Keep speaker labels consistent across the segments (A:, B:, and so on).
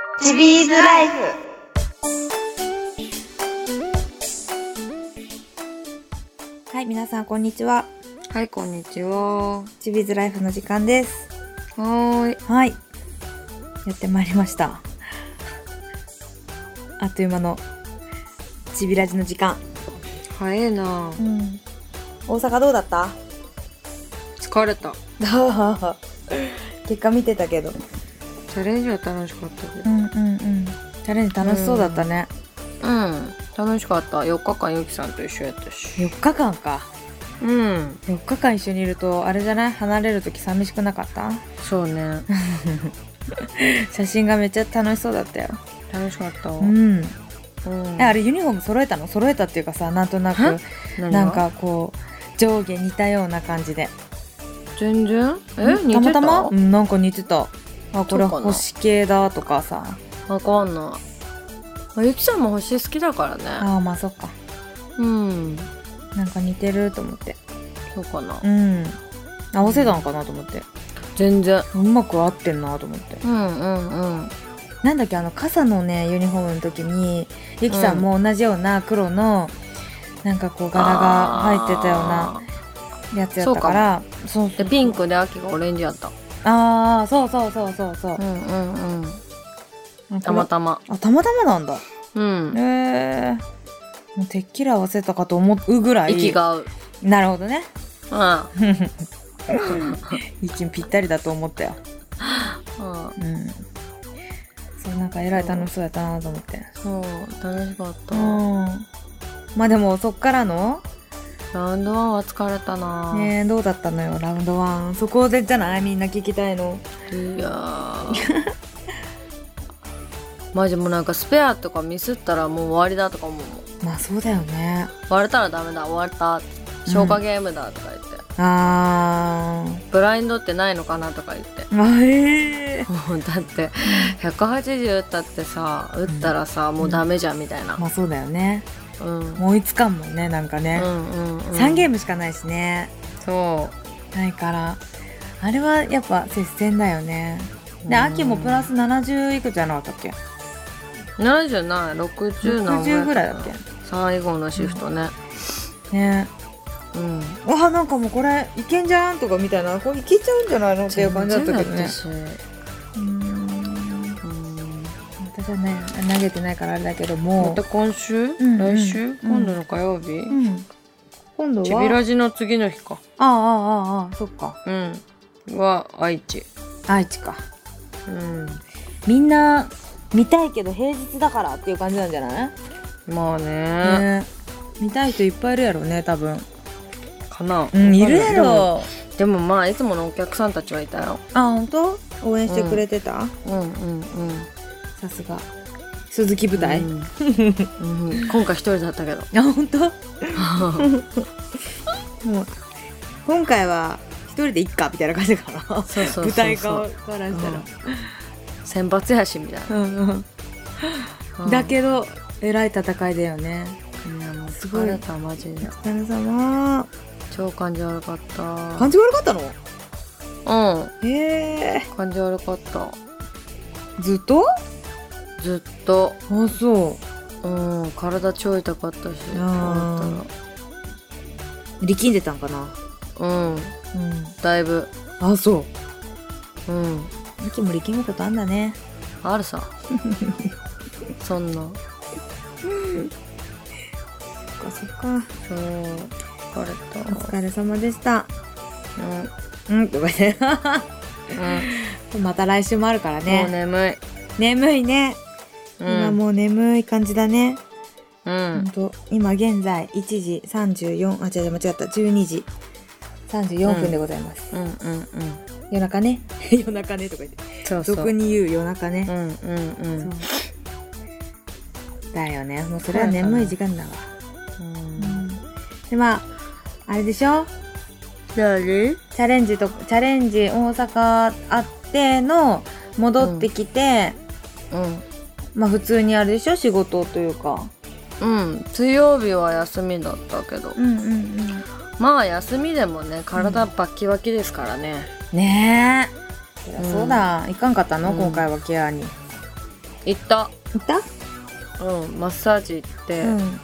A: ズライフ
B: はい、皆さんこんにちは。
A: はいこんにちはは
B: チビズライフの時間です。
A: ーい
B: はい。やってまいりました。 あっという間のチビラジの時間。
A: 早えな
B: うん。大阪どうだった
A: 疲れた
B: 結果見てたけど。
A: チャレンジは楽しかったけ
B: う
A: ど
B: んうんうん。チャレンジ楽しそうだったね。
A: うん楽しかった4日間ゆきさんと一緒やったし
B: 4日間か。
A: うん
B: 4日間一緒にいると、あれじゃない離れるとき寂しくなかった
A: そうね
B: 写真がめっちゃ楽しそうだったよ。
A: 楽しかったわ
B: うん。
A: うん
B: え、あれユニフォーム揃えたの揃えたっていうかさ、なんとなく。
A: 何が
B: なんかこう上下似たような感じで
A: 全然え
B: ん
A: 似てた
B: またま、うん、なんか似てたあこれ
A: そうかな
B: 星系だとかさ
A: わかんないあゆきさんも星好きだからね
B: ああまあそっか
A: うん
B: なんか似てると思って
A: そうかな
B: うん合わせたのかなと思って、
A: 全然
B: うまく合ってんなと思って
A: うんうんうん
B: なんだっけあの傘のねユニフォームの時にゆきさんも同じような黒の、なんかこう柄が入ってたようなやつやったからそう
A: でピンクで秋がオレンジやった
B: ああそうそうそうそうそう
A: うんうんうん
B: あ
A: たまたま
B: あたまたまなんだ
A: うん
B: へえもうてっきり合わせたかと思うぐらい
A: 息が合う
B: なるほどね
A: う
B: 息ぴったりだと思ったよ
A: んうん
B: うんそうなんかえらい楽しそうやったなと思って
A: そう楽しかった
B: うんまあでもそっからの
A: ラウンドワンは疲れたな
B: ねえどうだったのよラウンドワンそこでじゃないみんな聞きたいの
A: いやーマジもうなんかスペアとかミスったらもう終わりだとか思う
B: まあそうだよね
A: 割れたらダメだ終わった消化ゲームだとか言って、
B: あ
A: ブラインドってないのかなとか言って
B: ーあええ
A: もうだって180打ったってさ打ったらさ、もうダメじゃんみたいな
B: まあそうだよね
A: うん、うん
B: もう追いつかんもんねなんか
A: う
B: ね、
A: んうん、
B: 3ゲームしかないしね
A: そ
B: ないからあれはやっぱ接戦だよね
A: う
B: で秋もプラ
A: ス
B: ス70いくつじゃなかったっけ
A: 70ない60何
B: 60ぐらいだっけ
A: 最後のシフトね
B: ね
A: うん
B: わなんかもうこれいけんじゃんとかみたいなこれいけちゃうんじゃないのっていう感じだったけどね
A: 全然だったし
B: うーん
A: うん
B: 私はね投げてないからあれだけど
A: ま
B: も
A: た今週、
B: ん
A: 来週、
B: うん
A: 今度の火曜日、
B: うん今度
A: ちび
B: は
A: ラジの次の日か
B: ああああああそっか
A: うんは愛知
B: 愛知か
A: うん
B: みんな見たいけど平日だからっていう感じなんじゃない
A: まあね
B: ね見たい人いっぱいいるやろうね多分
A: かな
B: うんいるやろ
A: でもでもまあいつものお客さんたちはいたよ
B: あ本当応援してくれてた、
A: うんうんうん
B: さすが鈴木舞台、
A: うん うん今回一人だったけど
B: あ本 当もう今回は一人でいっかみたいな感じかな
A: そうそうそうそう
B: 舞台側からしたら、
A: 選抜やしみたい
B: うんうん
A: な
B: だけどえらい戦いだよね
A: いやもう
B: すごい
A: 疲れたマジで
B: お疲れ様
A: 超感じ悪かった
B: 感じ悪かったの
A: うん
B: へえ
A: 感じ悪かった
B: ずっと
A: ずっと
B: あそ
A: うん体超痛かったし
B: あーう力んでたんかな
A: うん
B: うん
A: だいぶ
B: あそう
A: うん
B: ミキも力むことあんだね
A: ある さそんな
B: そっかそっか
A: そう疲れ
B: お疲れ様でした
A: たうん、うん
B: うんとかねまた来週もあるから
A: もう眠
B: 眠いね
A: い、うん、
B: 今もう眠い感じだね、
A: う
B: ほ
A: ん
B: んと今現在1時34あ違う違う間違った12時34分でございます、
A: うんうんうん
B: 夜中ね夜中ねとか言って
A: そうそう
B: 俗に言う夜中
A: う
B: ね、
A: んうんうん
B: そうだよねもうそれは眠い時間だわ、
A: うん
B: でまああれでしょ
A: 誰
B: チャレンジとチャレンジ大阪あっての戻ってきて、
A: うん
B: まあ普通にあれでしょ仕事というか
A: うん水曜日は休みだったけど、
B: うんうんうん
A: まあ休みでもね体バッキバキですからね、
B: ねえそりゃそうだ、いかんかったの、
A: うん
B: 今回はケアに
A: 行った
B: 行った
A: うんマッサージ行って、
B: うん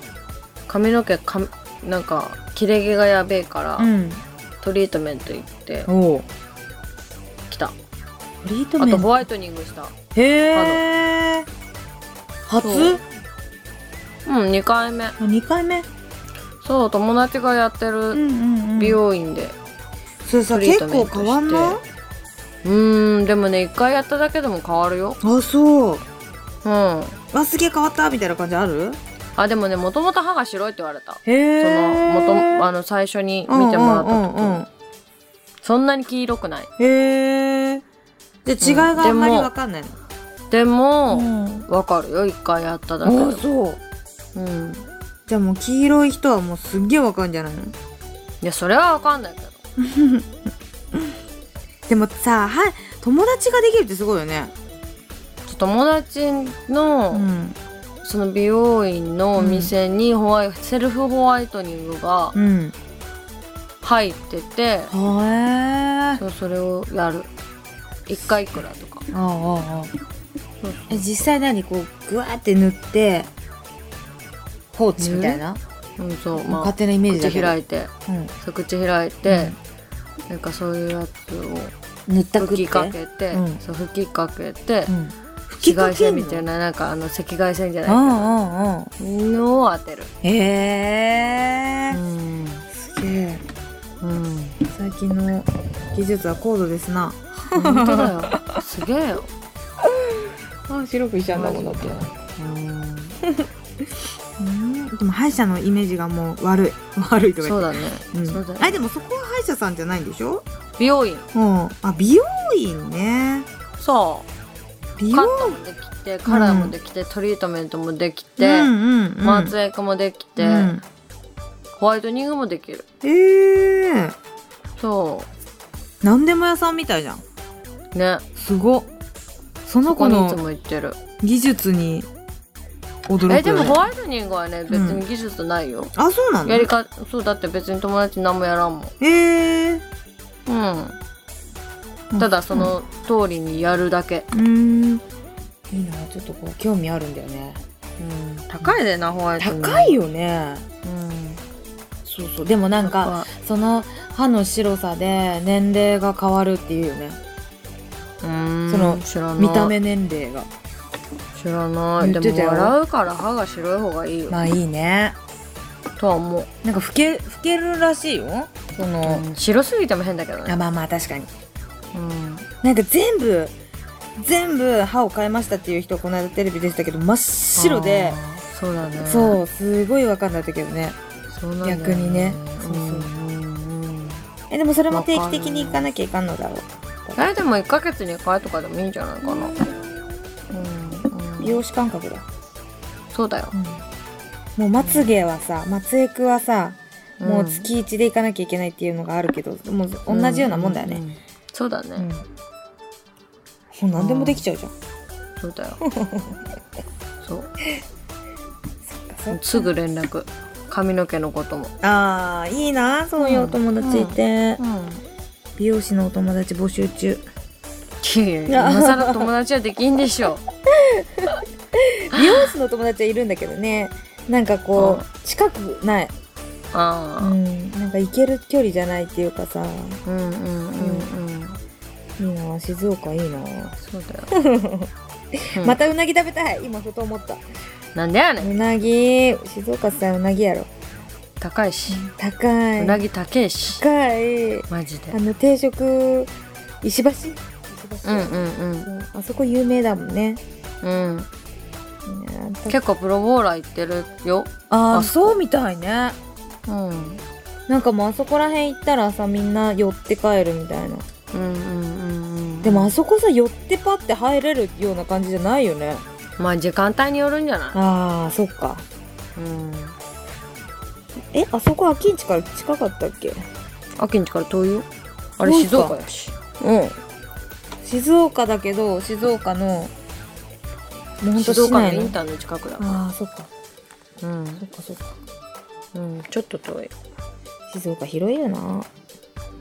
A: 髪の毛かなんか切れ毛がやべえから、
B: うん
A: トリートメント行って
B: おお
A: きた
B: トリート
A: あ
B: メ
A: と
B: ン
A: ホ
B: ト
A: ワイトニングした
B: へえ
A: そ
B: 初
A: ううん2回目
B: あ二回目
A: そう友達がやって
B: うん
A: る
B: うんうん
A: 美容院で
B: それさ
A: トリート
B: 結
A: メント
B: 構
A: して
B: 変わんないう
A: ーんでもね1回やっただけでも変わるよ
B: あそ
A: う
B: う
A: ん
B: あすげえ変わったみたいな感じある
A: あでもねもともと歯が白いって言われた
B: へ
A: その
B: え
A: 元もあの最初に見てもらった時、
B: うんうんうんうん
A: そんなに黄色くない
B: へえで違いがあんまり
A: でも
B: わかんないの
A: でも、
B: うん
A: わかるよ一回やっただけで
B: あ
A: も
B: そう
A: うん
B: じゃあもう黄色い人はもうすっげえわかんじゃないの
A: いやそれはわかんないけど
B: でもさは友達ができるってすごいよね
A: 友達の、
B: うん
A: その美容院のお店にホワイ、セルフホワイトニングが
B: うん
A: 入ってて、
B: へえ
A: そうそれをやる一回いくらとか
B: ああああえ実際何こうグワーって塗って放置みたいな、
A: うんそう
B: もう
A: まあ
B: 勝手なイメージだ
A: 口
B: けど
A: 開いて
B: うん
A: そう口開いて、なんかそういうやつを
B: 塗ったくって
A: 吹きかけて、
B: うん
A: そう吹きかけて、
B: うん、
A: 紫
B: 吹きか
A: 外
B: け
A: 線
B: んの
A: みたいななんかあの赤外線じゃ
B: う
A: ない
B: んうんうん
A: けどのを当てる
B: へえ
A: うん、
B: すげえ
A: うん、
B: 最近の技術は高度ですな
A: 本当だよすげえよ
B: あ白くしち
A: ゃうんだもんだってうん
B: うんでも歯医者のイメージがもう悪い悪いとか
A: そ
B: 言
A: う
B: って
A: だね、
B: うん
A: そうだ
B: あ
A: ね
B: でもそこは歯医者さんじゃないんでしょ
A: 美容院
B: うんあ美容院ね
A: そう
B: 美容
A: カットもできてカラーもできて、トリートメントもできて、
B: うんうんうん、
A: マーツエクもできて、
B: うん
A: ホワイトニングもできる
B: ええ
A: そ
B: 何でも屋さんみたいじゃん
A: うね
B: すごっその
A: そこ
B: 子
A: にいつ
B: の
A: も行ってる
B: 技術に驚くよね
A: えでもホワイトニングはね別に技術ないよ、
B: あそうなの
A: やりかそうだって別に友達何もやらんもん
B: ええ
A: うんただその通りにやるだけ、
B: うんうんいいなちょっとこう興味あるんだよね
A: うん、高いでなホワイトニング
B: 高いよね
A: うん
B: そうそうでもなんか
A: 高い
B: その歯の白さで年齢が変わるっていうよね
A: うーん
B: その
A: 知らない
B: 見た目年齢が
A: 知らない
B: 言
A: で
B: ってたよ
A: も笑うから歯が白い方がいいよ、
B: まあいいね
A: とは思う、
B: なんか老け老けるらしいよその、
A: うん白すぎても変だけど
B: あ
A: ね
B: まあまあ確かに
A: うん
B: なんか全部全部歯を変えましたっていう人この間テレビでしたけど真っ白
A: あ
B: で
A: ーそうだね
B: そうすごい分かんなかったけどね
A: そうなんだよ
B: 逆にねそうそうん
A: うんうん
B: えでもそれも定期的に行かなきゃいかんのだろう
A: えでも1ヶ月に1回とかでもいいんじゃないかなうん、うん
B: 美容師感覚だ、
A: そうだよ、
B: もうまつげはさまつエクはさ
A: うん
B: もう月1で行かなきゃいけないっていうのがあるけどもう同じようなもんだよね、
A: ううそうだね、
B: うんもう何でもできちゃうじゃん
A: そう だよそう
B: そっか
A: すぐ連絡髪の毛のことも
B: あーいいなそういうお友達いて、
A: うん
B: 美容師のお友達募集中
A: いやいや今更友達はできんでしょ
B: 美容室の友達はいるんだけどねなんか
A: うん
B: こう近くない、
A: あ
B: う
A: あ、
B: ん、なんか行ける距離じゃないっていうかさ
A: うん、うんうんうんうん
B: いいな静岡いいな、
A: そうだよ、うん
B: またうなぎ食べたい今ふと思った
A: なんでやねん
B: うなぎ静岡さんうなぎやろ
A: 高いし、
B: 高いう
A: なぎ高えし
B: 高い
A: マジで
B: あの定食石橋石橋、
A: うんうん
B: うんあそこ有名だもんね
A: うんうん
B: いいな
A: 結構プロボーラー行ってるよ
B: あ
A: あ
B: そうみたいね
A: うんうん
B: なんかもうあそこら辺行ったらさみんな寄って帰るみたいな
A: うんうんうん
B: でもあそこさ寄ってパって入れるような感じじゃないよね
A: まあ時間帯によるんじゃな
B: あーそっか
A: いうん
B: えあそこ秋んちから近かったっけ
A: 秋んちから遠いよあれ
B: そうか
A: 静岡やし
B: うん静岡だけど静岡のもうほん
A: 静
B: と市
A: 岡の
B: 内
A: イン
B: の
A: ターの近くだか
B: ああそっから
A: うん
B: そっかそっか
A: うんちょっと遠い
B: 静岡広いよな
A: う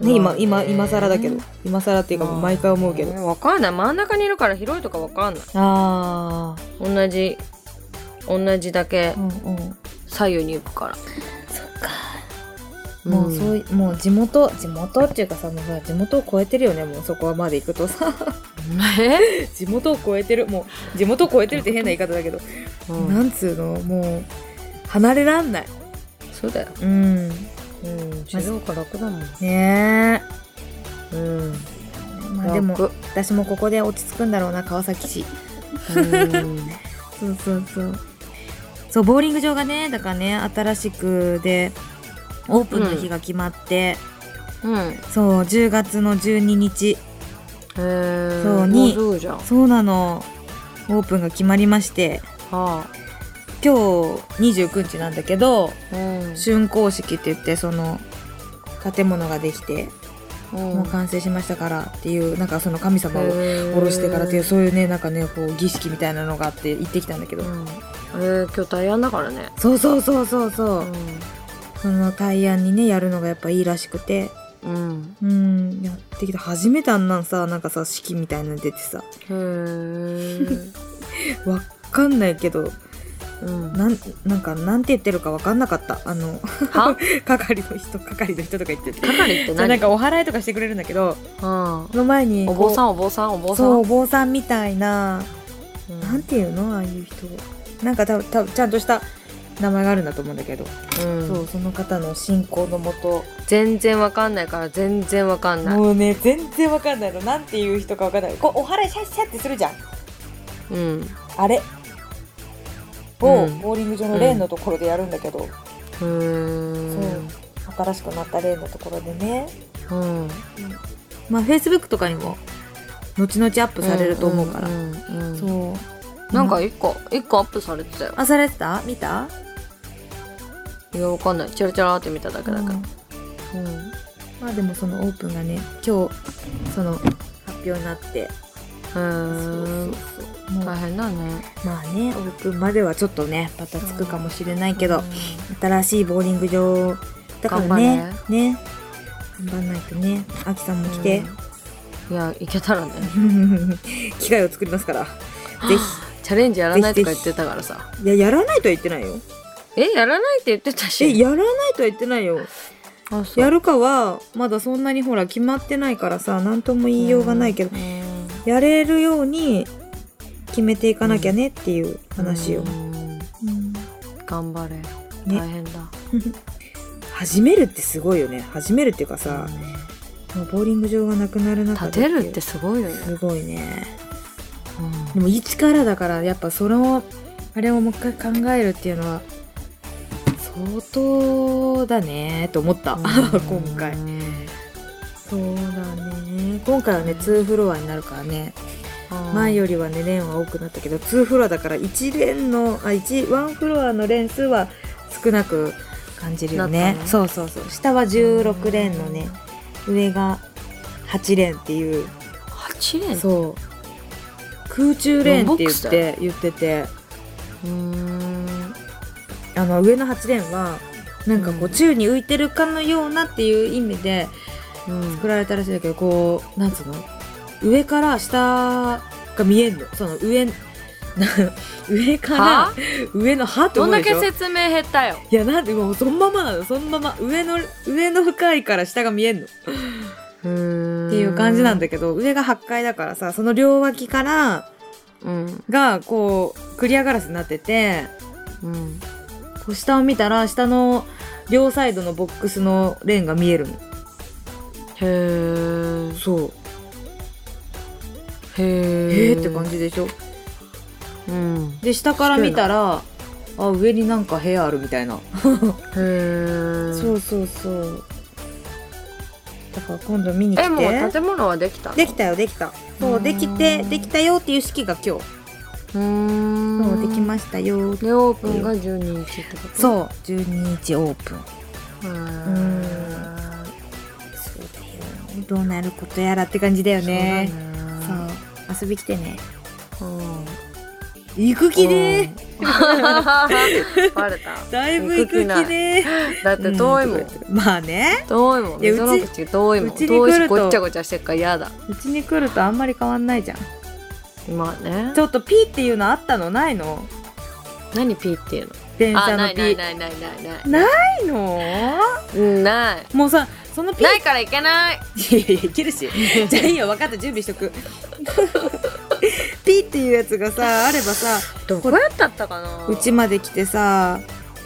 B: ね、
A: ま
B: 今
A: あね
B: 今今更だけど今更っていうかもう毎回思うけど、
A: 分かんない真ん中にいるから広いとか分かんない
B: あ
A: 同じ同じだけ
B: あうんうん
A: 左右に行くから、
B: そっかもうそうい、もう地元地元っていうかさもうさ地元を超えてるよねもうそこまで行くとさ
A: え、
B: 地元を超えてるもう地元を超えてるって変な言い方だけど、
A: うん
B: なんつうのもう離れらんない
A: そうだよ
B: うん
A: うん静岡楽だもん
B: ね
A: うん
B: え、まあ、でも
A: 楽
B: 私もここで落ち着くんだろうな川崎市
A: うん
B: そうそうそうそうボーリング場がねだからね新しくでオープンの日が決まって、
A: うん
B: そう10月の12
A: へ
B: 日
A: え
B: そう
A: も
B: に
A: すぐじゃんは
B: そうなのオープンが決まりまして
A: あ
B: 今日29日なんだけど
A: うん
B: 竣工式って言ってその建物ができてもう完成しましたからっていうなんかその神様を
A: 下
B: 下ろしてからっていうそういうねなんかねこう儀式みたいなのがあって行ってきたんだけど、
A: うん、えー、今日大安だからね。
B: そうそうそうそうそう、
A: う
B: その大安にねやるのがやっぱいいらしくて
A: ん。
B: うんやってきた初めてあんなんさなんかさ式みたいなの出てさ
A: うん。へえ。
B: わかんないけど
A: うん。
B: なんなんかなんて言ってるかわかんなかったあの
A: は
B: 係の人係の人とか言ってて
A: 係って
B: そうなん
A: 何
B: かお祓いとかしてくれるんだけど
A: うん
B: その前に
A: お坊さ
B: ん
A: ん、お坊さん、お坊さん。
B: そうお坊さんみたいな、
A: うん。
B: なんていうのああいう人なんかたぶんちゃんとした名前があるんだと思うんだけど、
A: うん
B: そうその方の信仰のもと
A: 全然わかんないから、全然わかんない。
B: もうね全然わかんないのなんていう人かわかんないこうお祓いシャッシャッってするじゃん
A: うん。
B: あれを、
A: うん
B: ボーリング場のレーンのところでやるんだけど、
A: うーん。
B: 新しくなったレーンのところでね
A: うん。
B: まあフェイスブックとかにも後々アップされると思うから、
A: んうんうん
B: そう
A: なんか一個、一個アップされてたよ。
B: あされてた見た
A: いや、わかんない。チラチラって見ただけだか
B: う
A: ら
B: ん。
A: うん。
B: まあでもそのオープンがね今日その発表になって
A: うん。
B: そうもう
A: 大変だね。
B: まあねオープンまではちょっとねバタつくかもしれないけど、
A: うん
B: 新しいボーリング場だからね
A: 頑
B: ね頑張んないとねあきさんも来て、
A: うん。いや、いけたらね。
B: 機会を作りますからぜ
A: チャレンジやらないとか言ってたからさ。
B: ひいややらないとは言ってないよ
A: え、やらないって言ってたし。
B: えやらないとは言ってないよ
A: あ、そう
B: やるかはまだそんなにほら決まってないからさ何とも言いようがないけど、
A: うん
B: やれるように決めていかなきゃねっていう話を、
A: うん
B: うん
A: 頑張れ。
B: ね
A: 大変だ。
B: 始めるってすごいよね始めるっていうかさ、もうボーリング場がなくなる中
A: 立
B: で
A: てるってすごいよね。
B: すごいね
A: うん
B: でも一からだからやっぱそのあれをもう一回考えるっていうのは相当だねと思った、 今回
A: うん
B: そうだね今回はね2フロアになるからね、前よりはねレーンは多くなったけど2フロアだから1レーンのあ1ワンフロアのレーン数は少なく感じるよ
A: な
B: ね
A: ったね
B: そうそうそう下は16レーンのね上が8レーンっていう
A: 八連。
B: そう空中レーンっ
A: ロ
B: て
A: ンボッ
B: 言
A: ク
B: っ
A: スだ
B: て言ってて
A: うん
B: あの上の8レーンはなんかこ
A: う
B: うん宙に浮いてるかのようなっていう意味で
A: うん
B: 作られたらしいんだけどこうなんつうの上から下が見えんのその上 な上から
A: は
B: 上の歯って
A: どん
B: 思う
A: だ
B: でし
A: け
B: ょ
A: 説明下手よ。
B: いやなんでもうそのままなのそのまま上の上の深いから下が見えんのって
A: って
B: いう感じなん
A: だ。
B: だけど上が8階だからさその両脇から
A: うん
B: がこうクリアガラスになってて
A: うん
B: こう下を見たら下の両サイドのボックスのレーンが見えるの
A: へー
B: そう
A: へ
B: へ
A: え
B: えって感。じでしょ
A: うん
B: で下から見たらあ上になんか部屋あるみたいな、
A: へー
B: そうそうそうだから今度見に来て
A: えもう建物はできたの。
B: できたよできたそううんできてできたよっていう式が今日
A: うー
B: そ
A: ん。
B: うできましたよ
A: でオープンが12日ってこと
B: そう12日オープン
A: う
B: うんそうだよどうなることやらって感じだよ
A: そうだね
B: ねそう遊び来てね
A: うん
B: 行く気ね
A: バレた
B: だいぶ行く気ね
A: だって遠いもん、
B: うまあね
A: 遠いもん
B: いやう
A: 溝
B: ち
A: の口遠いもん
B: うちに来ると
A: 遠いしごっちゃごちゃしてっから嫌だ
B: うちに来るとあんまり変わんないじゃん
A: まあね
B: ちょっとピーっていうのあったのないの
A: 何ピーっていうの
B: 電
A: あ
B: 車の
A: な
B: ピ
A: いない
B: ー
A: ないないないない
B: ないの
A: うんない
B: もうさそのピー
A: ないからいけない
B: いやいやいけるしじゃあいいよ分かった準備しとく ピーっていうやつがさあればさ
A: どこやったったかな
B: うちまで来てさ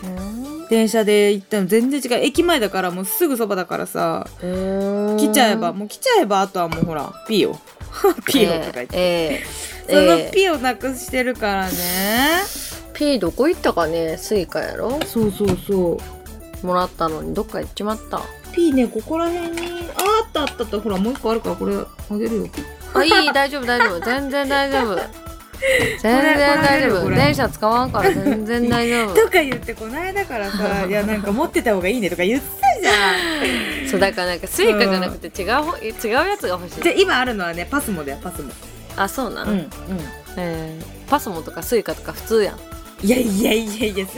A: うん
B: 電車で行ったの全然違う駅前だからもうすぐそばだからさ
A: うん
B: 来ちゃえばもう来ちゃえばあとはもうほらピーよ ピーよとか言って、
A: えええ
B: そ
A: え
B: のピーをなくしてるからね、
A: ピーどこ行ったかねスイカやろ
B: そうそうそう
A: もらったのにどっか行っちまった
B: ピーねここら辺にああったあったあったほらもう一個あるからこれあげるよ
A: あいい大丈夫大丈夫全然大丈夫全然大丈
B: こ
A: 夫
B: れ
A: 電車使わんから全然大 丈夫
B: とか言ってこないだから さいやなんか持ってた方がいいねとか言ってたじゃん
A: そうだからなんかスイカじゃなくて違うほ、違うやつが欲し
B: じゃ
A: い
B: あ今あるのはねパスモだよパスモ
A: あそうなの、
B: うん
A: えーパスモとかスイカとか普通やん
B: いやいやいやいやす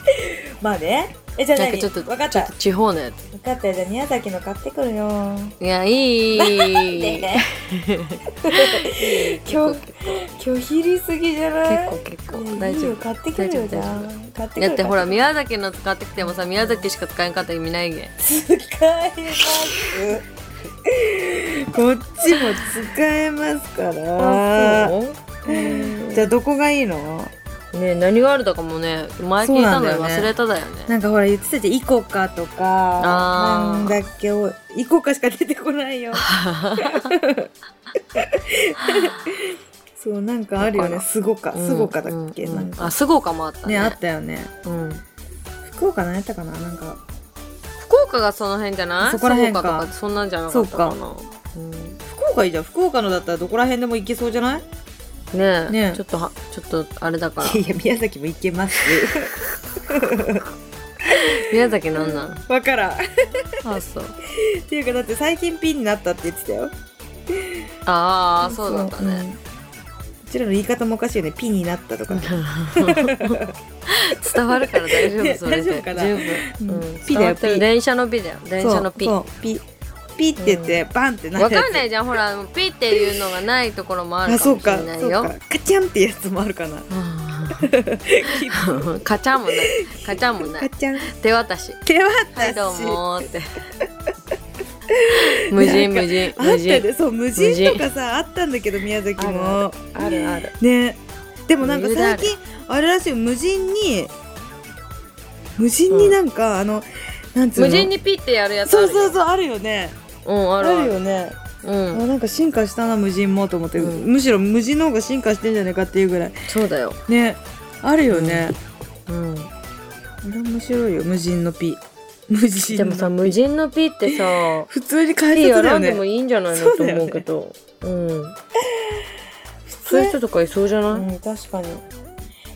B: まあねえじゃあ
A: なん
B: 何
A: かちょっと
B: 分かっ
A: ちょっ
B: た
A: と地方のやつ
B: 分かったよじゃあ宮崎の買ってくるよ
A: いやいい
B: で
A: いい
B: ね
A: 今
B: 拒
A: 日
B: 拒否りすぎじゃない
A: 結構結構
B: ね
A: 大
B: いい
A: 丈
B: よ
A: 夫
B: 買ってくるよ
A: 大丈
B: じ
A: 夫
B: ゃあ
A: 大丈
B: 買ってくる
A: だってほら
B: 買
A: 宮崎の使ってきてもさ宮崎しか使えんかったら意味ないげん
B: ってくる使えますこっちも使えますからじゃあどこがいいの
A: ねえ何があるだかもね前聞いたのに
B: そうなんだよね
A: 忘れただよね
B: なんかほら言ってたじゃんイコカとか
A: あ
B: な
A: ー
B: んだっけおイコカしか出てこない よそうなんかあるよ
A: だ
B: ね
A: か
B: すごか
A: うん
B: すごかだっけ、
A: うん
B: なんか
A: あすごかもあった
B: ね
A: ね
B: あったよね
A: うん
B: 福岡何やったかななんか
A: 福岡がその辺じゃない
B: そこら辺か
A: 福岡とかそんなんじゃなかったかなうん
B: 福岡いいじゃん福岡のだったらどこら辺でも行けそうじゃない
A: ねえ
B: ねえ
A: ちょっとはちょっとあれだ から
B: いやいや宮崎も行けます
A: 宮崎なんなん
B: わからんっ
A: あそう
B: ていうかだって最近ピンになったって言ってたよ
A: ああそうだった
B: うん
A: ね
B: うちらの言い方もおかしいよねピンになったとか
A: 伝わるから大丈夫それで
B: 大丈夫かな
A: 十
B: うん
A: 分うん
B: ピ
A: 伝
B: だ
A: わ
B: よ
A: ってる
B: ピ
A: 電車のピだよ電車のピ
B: そ
A: わ
B: うそうピピって言って、バンってなるや
A: か
B: つ
A: んないじゃんほらピっていうのがないところもある
B: あ
A: か
B: そう
A: もしれ
B: かそう
A: ないよ
B: かカチャンってやつもあるかな
A: う んカチャンもないカチャンもない
B: カチャン
A: 手渡し
B: 手渡し、
A: はいどうも ーって無人無人
B: あった
A: 無人
B: でそう無
A: 無
B: 人
A: 人
B: とかさあったんだけど宮崎も
A: あるある
B: ねでもなんか
A: 余裕であ
B: 最
A: る
B: 近あれらしいよ無人に無人になんか、あのなんつうの
A: 無人にピッてやるやつあ
B: そう
A: るよ
B: そうそうあるよね
A: うんあ
B: あ
A: る
B: る
A: ある
B: よね、
A: うん
B: あなんか進化したな無人もと思って、
A: うん
B: むしろ無人の方が進化してんじゃないかっていうぐらい
A: そうだよ
B: ねあるよね、
A: うん
B: これ面白いよ無人のピ無人
A: でもさ無人のピってさ
B: 普通
A: ピ
B: に解
A: や
B: 説だ
A: ら
B: よ
A: んで
B: ね
A: もいいんじゃない
B: そ
A: の
B: う
A: と
B: だよね
A: 思うけどうんそういう人とかいそうじゃない
B: うん、確かに
A: うん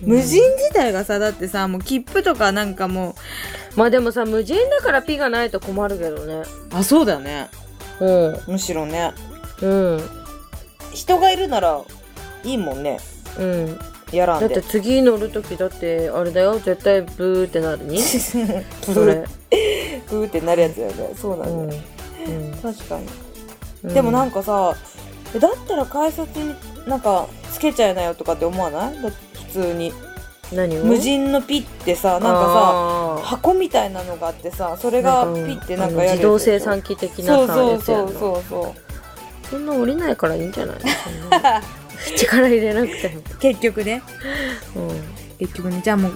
B: 無人自体がさだってさもう切符とかなんかも
A: まあでもさ無人だからピがないと困るけどね
B: うあそうだよね
A: うん
B: むしろね
A: うん
B: 人がいるならいいもんね
A: うん
B: やら
A: だ って次乗る時だってあれだよ絶対ブーってなるにそ れ、
B: グーってなるやつだよねそうな
A: うん
B: だよ、
A: ん
B: 確かに、
A: うん、
B: でもなん
A: か
B: かさえだったら改札になんかつけちゃいなよとかって思わないだって普通に
A: 何を
B: 無人のピってさなんか
A: さ
B: さ箱みたいなのがあってさそれがピッてなんかやるやつ
A: 自動生産機的な
B: そう
A: さ
B: そうそう
A: う
B: そうそ
A: そんな降りないからいいん じゃないそんな力入れなくて
B: う 結局ね
A: も、
B: 結局ねじゃあもう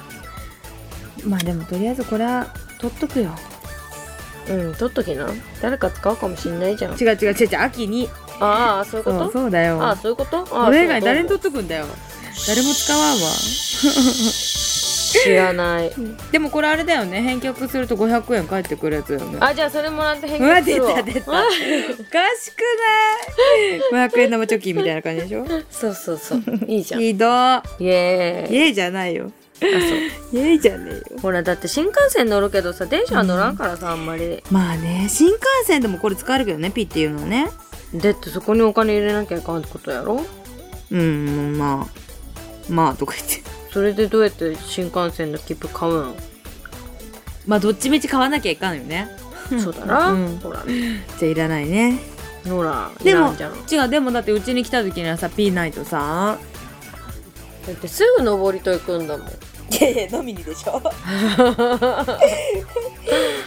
B: まあでもとりあえずこれは取っとくよ
A: うん、うん、取っときな誰か使うかもしんない じゃん
B: 違う違う違う違う秋に
A: ああそういうこ
B: そう
A: と
B: そうだ
A: ああ
B: よ
A: そういうことああ
B: これ以外誰に
A: そう
B: 取っとくんだよ誰も使わんわ
A: 知らない
B: でもこれあれだよね返却すると500円返ってくるやつだよね
A: あじゃあそれもらって返
B: うわ
A: 却す
B: 出
A: るわ
B: た出たおかしくない500円玉貯金みたいな感じでしょ
A: そうそうそういいじゃんイ
B: ひど
A: エー
B: イ
A: イ
B: エイじゃないよ
A: あそう
B: イエイじゃねえよ
A: ほらだって新幹線乗るけどさ電車は乗らんからさ、あんまり
B: まあね新幹線でもこれ使えるけどねピっていうのはね
A: だってそこにお金入れなきゃいかんってことやろ
B: うんまあまあとか言って
A: それでどうやって新幹線の切符買うの
B: まあどっちみち買わなきゃいかんよね
A: そうだな、
B: うん
A: ほら
B: じゃあいらないね
A: ほら
B: でも
A: いらんじゃん
B: 違うでもだってうちに来た時にはさピーナイトさ
A: だってすぐ登りと行くんだもん
B: いやいや飲みにでし ょ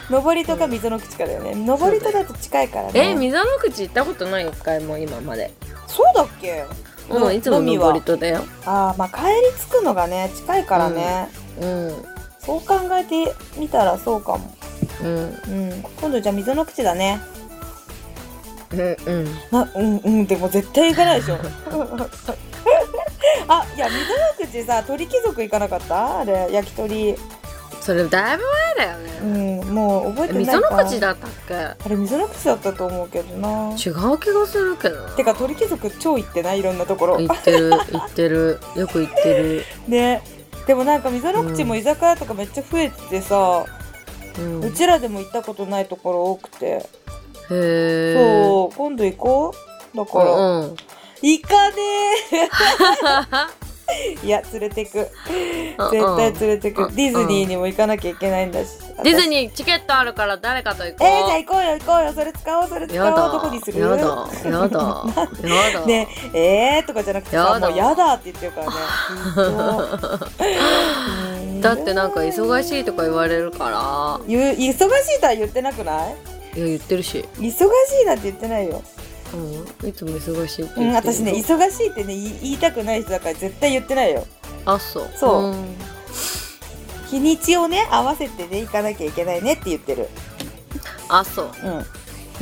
B: 上りとか溝の口かだよね上りとだと近いから
A: え溝の口行ったことない一回も今まで
B: そうだっけ
A: うんいつも登りとだよ
B: ああまあ帰り着くのがね近いからね、
A: うん
B: そう考えてみたらそうかも
A: うん
B: うん今度じゃあ溝の口だね
A: うんうん
B: あうんうんでも絶対行かないでしょ あいや溝の口さ鳥貴族行かなかったあれ焼き鳥
A: それだいぶ前だよ
B: う
A: ね、
B: んもう覚えてないか
A: 溝の口だったっけ
B: あれ溝の口だったと思うけどな
A: 違う気がするけどな
B: てか鳥貴族超行ってないいろんなところ
A: 行って る行ってるよく行ってる、
B: ねでもなんか溝の口も
A: うん
B: 居酒屋とかめっちゃ増えててさ、
A: うん、
B: う
A: へ
B: ちらでも行ったことないところ多くて
A: え
B: そう今度行こうだから、
A: んう ん
B: 行かねえ いや連れてく絶対連れて
A: う
B: く
A: ん
B: ディズニーにも行かなきゃいけないんだし
A: ディズ
B: ニー
A: ニーチケットあるから誰かと行
B: え
A: こう
B: ー、じゃあ行こうよ行こうよそれ使おうそれ使
A: やだ
B: おうどこにする
A: やだやだ やだ
B: ねえーとかじゃなくてさ
A: やだ
B: もうやだって言って るからねうん
A: だってなんか忙しいとか言われるか
B: ゆ忙しいとは言ってなくない
A: らいや言ってるし、
B: 忙しいなんて言ってないよ、
A: うん、いつも忙しいって言って
B: う
A: る
B: ん、
A: よ
B: 私ね忙しいってね言い言いたくない人だから絶対言ってないよ
A: あそう
B: そう
A: うん
B: 日にちをね合わせてね行かなきゃいけないねって言ってる
A: あそう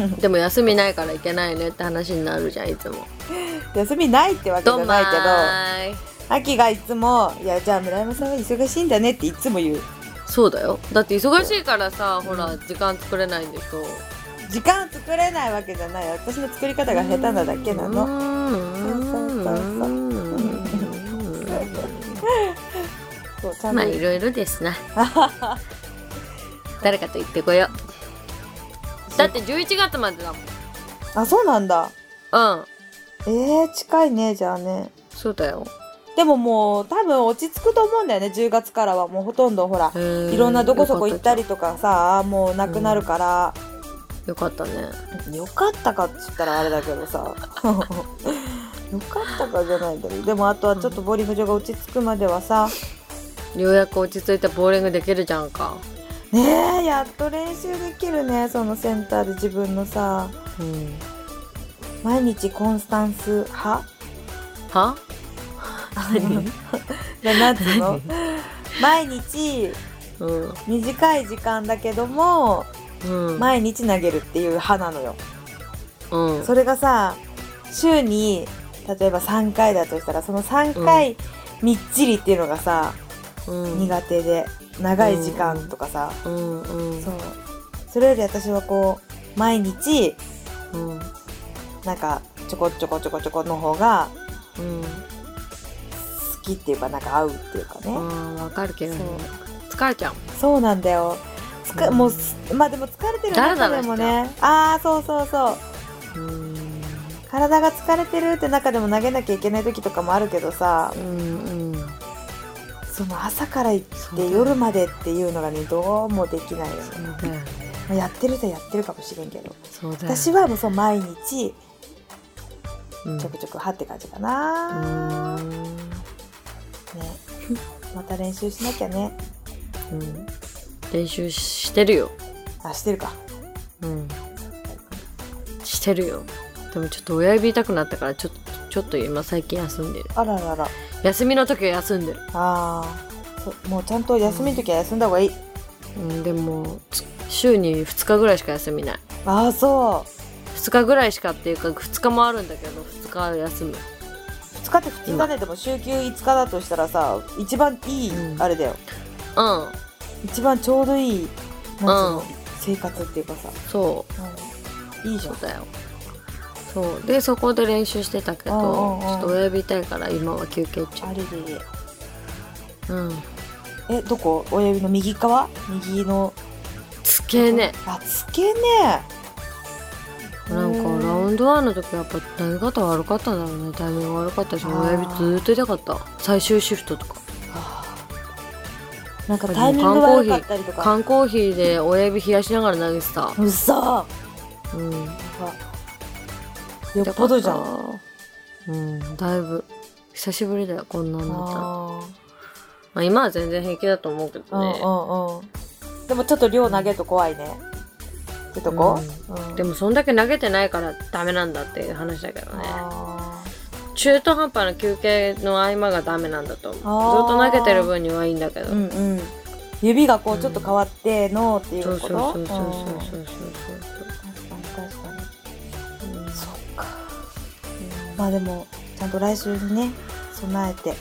B: うん
A: でも休みないから行けないねって話になるじゃんいつも
B: 休みないってわけじ
A: ど
B: ゃ
A: んま
B: ないけど
A: ーい
B: 秋がいつも「いやじゃあ村山さんは忙しいんだね」っていつも言う
A: そうだよだって忙しいからさほら時間作れないんでしょ
B: 時間作れないわけじゃない私の作り方が下手なだけな
A: う
B: の
A: ーん
B: そうちゃん
A: ま
B: と
A: あいろいろです な誰かと行ってこようだって11月までだも
B: あそうなんだ
A: んうん
B: えー、近いねじゃあね
A: そうだよ
B: でももう多分落ち着くと思うんだよね10月からはもうほとんどほらいろんなどこそこ行ったりとかさもうなくなるから、
A: よかったね
B: よかったかっつったらあれだけどさよかったかじゃないんだけどでもあとはちょっとボウリング場が落ち着くまではさ
A: ようやく落ち着いたボーリングできるじゃんか
B: ねえやっと練習できるねそのセンターで自分のさ
A: うん
B: 毎日コンスタンス派
A: は
B: な なんつうの毎日
A: うん
B: 短い時間だけども
A: うん
B: 毎日投げるっていう派なのよ
A: うん
B: それがさ週に例えば3回だとしたらその3回みっちりっていうのがさ、
A: うん
B: 苦手で長い時間とかさ、
A: うんうん
B: そうそれより私はこう毎日
A: うん
B: なんかちょこちょこちょこちょこの方が
A: うん
B: 好きっていうかなんか合うっていうかね、
A: あーわかるけどね
B: そう
A: 疲れちゃう
B: そうなんだよつか
A: うん
B: もうすまあでも疲れてる
A: だらだ
B: 中
A: ら
B: で
A: し
B: も
A: ちゃ
B: ねああそうそうそう
A: うん
B: 体が疲れてるって中でも投げなきゃいけない時とかもあるけどさ
A: うんうん
B: その朝から行
A: そうだ
B: って
A: ね
B: 夜までっていうのがねどうもできないよね
A: そうだよね
B: まあやってる人はやってるかもしれんけど
A: そうだよね
B: 私はもうそう毎日
A: うん
B: ちょくちょくはって感じかな、ねまた練習しなきゃね
A: うん練習してるよ、
B: あしてるか
A: うん、してるよでもちょっと親指痛くなったからちょっとちょっと今最近休んでる
B: あららら
A: 休みの時は休んでる、
B: あーそうもうちゃんと休みの時は休んだ方がいい、
A: うん、でもつ週に2日ぐらいしか休みない
B: ああそう
A: 2日ぐらいしかっていうか2日もあるんだけど2日休む
B: 2日って普通だねでも週休5日だとしたらさ一番いい、
A: うん
B: あれだよ
A: うん
B: 一番ちょうどいいなんつうの、
A: うん
B: 生活っていうかさ、
A: そう
B: うんいいじゃ
A: そ
B: ん
A: うだよそうでそこで練習してたけど
B: うんうんうん
A: ちょっと親指痛いから今は休憩中
B: あれれれ
A: うん
B: えどこ親指の右側右の
A: 付け根
B: あ付け根
A: なんかラウラウンドワンの時はやっぱ投げ方悪かったんだろうねタイミング悪かったし
C: あー
A: 親指ずーっと痛かった最終シフトとか
B: なんかタイミング悪かったりとか。
A: 缶コーヒーで親指冷やしながら投げてた
B: うそ
A: うん
B: よっぽどじゃん。
A: うんだいぶ久しぶりだよこんなんなったの
B: あ
A: まあ今は全然平気だと思うけ
B: ーう
A: ど
B: ん
A: ね
B: うんうん。でもちょっと量投げると怖いね。ってとこうん
A: でもそんだけ投げてないからダメなんだっていう話だけどね
B: あ
A: 中途半端な休憩の合間がダメなんだと思う
B: あ
A: ず
B: ー
A: っと投げてる分にはいいんだけど、
B: ーうんうん。指がこうちょっと変わってのってい
A: そう
B: う
A: そ
B: こ
A: うそ
B: と
A: うそうそう
B: うん
A: そうそう
B: 確かに確かに。
A: そう、うん
B: そっか。まあでも、ちゃんと来週にね、備えて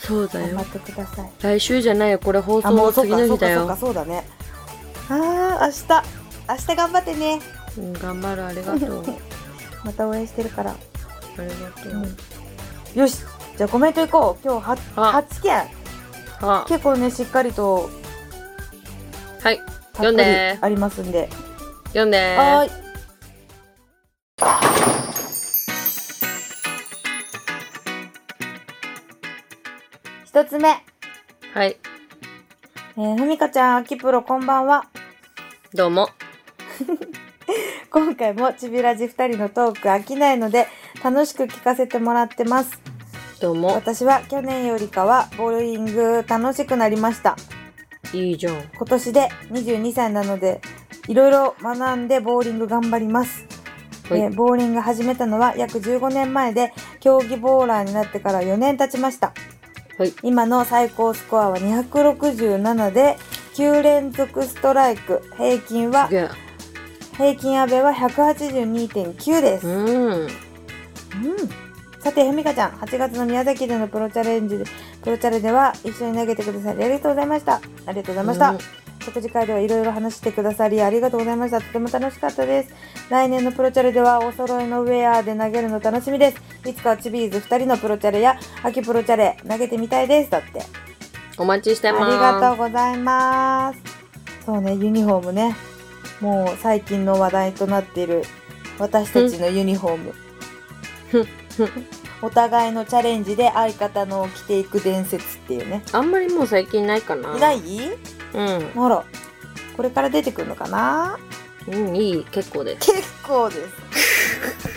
A: そうだ
B: 頑張
A: よ
B: ってください。
A: 来週じゃないよこれ放送
B: も
A: の
B: うそう
A: 次
B: か
A: の日
B: そうか
A: だ
B: そうか
A: よ、
B: そうだね。ああ、明日。明日頑張ってね。
A: うん、頑張るありがとう
B: また応援してるから。
A: ありがとう、
B: うんよし。じゃあコメントいこう。今日は
A: あ
B: 8件。
A: あ
B: 結構ね、しっかりと
A: はい
B: たっ
A: 読ん
B: ぷり
A: で
B: ありますんで。
A: 読んで
B: はーい。一つ目。
A: はい
B: えー、ふみかちゃん、あきプロ、こんばんは。
A: どうも
B: 今回もちびらじ二人のトーク飽きないので楽しく聞かせてもらってます
A: どうも
B: 私は去年よりかはボウリング楽しくなりました
A: いいじゃん
B: 今年で22歳なのでいろいろ学んでボウリング頑張ります、
A: はい
B: えーボウリング始めたのは約15年前で競技ボーラーになってから4年経ちました
A: はい
B: 今の最高スコアは267で9連続ストライク平均は
A: すげえ
B: 平均阿部は182.9です、
A: うん
B: うん、さて、ふみかちゃん、8月の宮崎でのプロチャレンジで、プロチャレでは一緒に投げてくださりありがとうございました。ありがとうございました。
A: うん
B: 食事会ではいろいろ話してくださりありがとうございました。とても楽しかったです。来年のプロチャレではお揃いのウェアで投げるの楽しみです。いつかはチビーズ2人のプロチャレや秋プロチャレ投げてみたいです。だって。
A: お待ちして
B: あ
A: ます
B: りがとうございます。そうね、ユニフォームね。もう最近の話題となっている私たちのユニフォーム
A: ふん。
B: お互いのチャレンジで相方のを着ていく伝説っていうね。
A: あんまりもう最近ないかない
B: ない
A: うん
B: ほら、これから出てくるのかな
A: うん、いい、結構です。
B: 結構 です。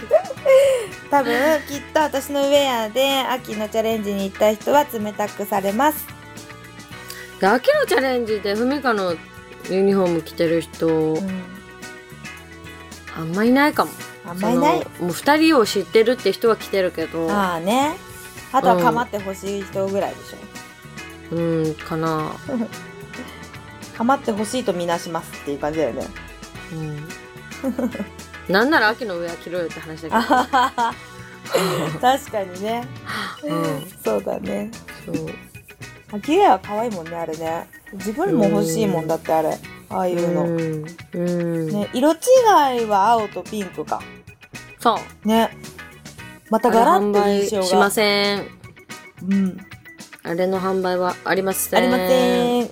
B: 多分きっと私のウェアで秋のチャレンジに行った人は冷たくされます。
A: で、秋のチャレンジで、ふみかのユニフォーム着てる人
B: う、ん、
A: あんまいないかも。
B: あんまりない
A: そ。のもう二人を知ってるって人は着てるけど、
B: ああね。あとは構ってほしい人ぐらいでしょ。
A: うん、かな。
B: 構ってほしいとみなしますっていう感じだよね。
A: うん。 なんなら秋の上は着ろよって話
B: あ
A: だ
B: ははは 確かにね。
A: けど。うん。
B: そうだね。
A: そう。
B: 秋ウェア可愛いもんね、あれね。自分も欲しいもんだって、あれ。ああいうの。
A: ん。うん。
B: ね、色違いは青とピンクか。
A: そう。
B: ね。また
A: あれ
B: ガラ
A: 販
B: ッと
A: 売
B: 印象が。
A: しません。
B: うん。
A: あれの販売はありません。
B: ありません。
A: はい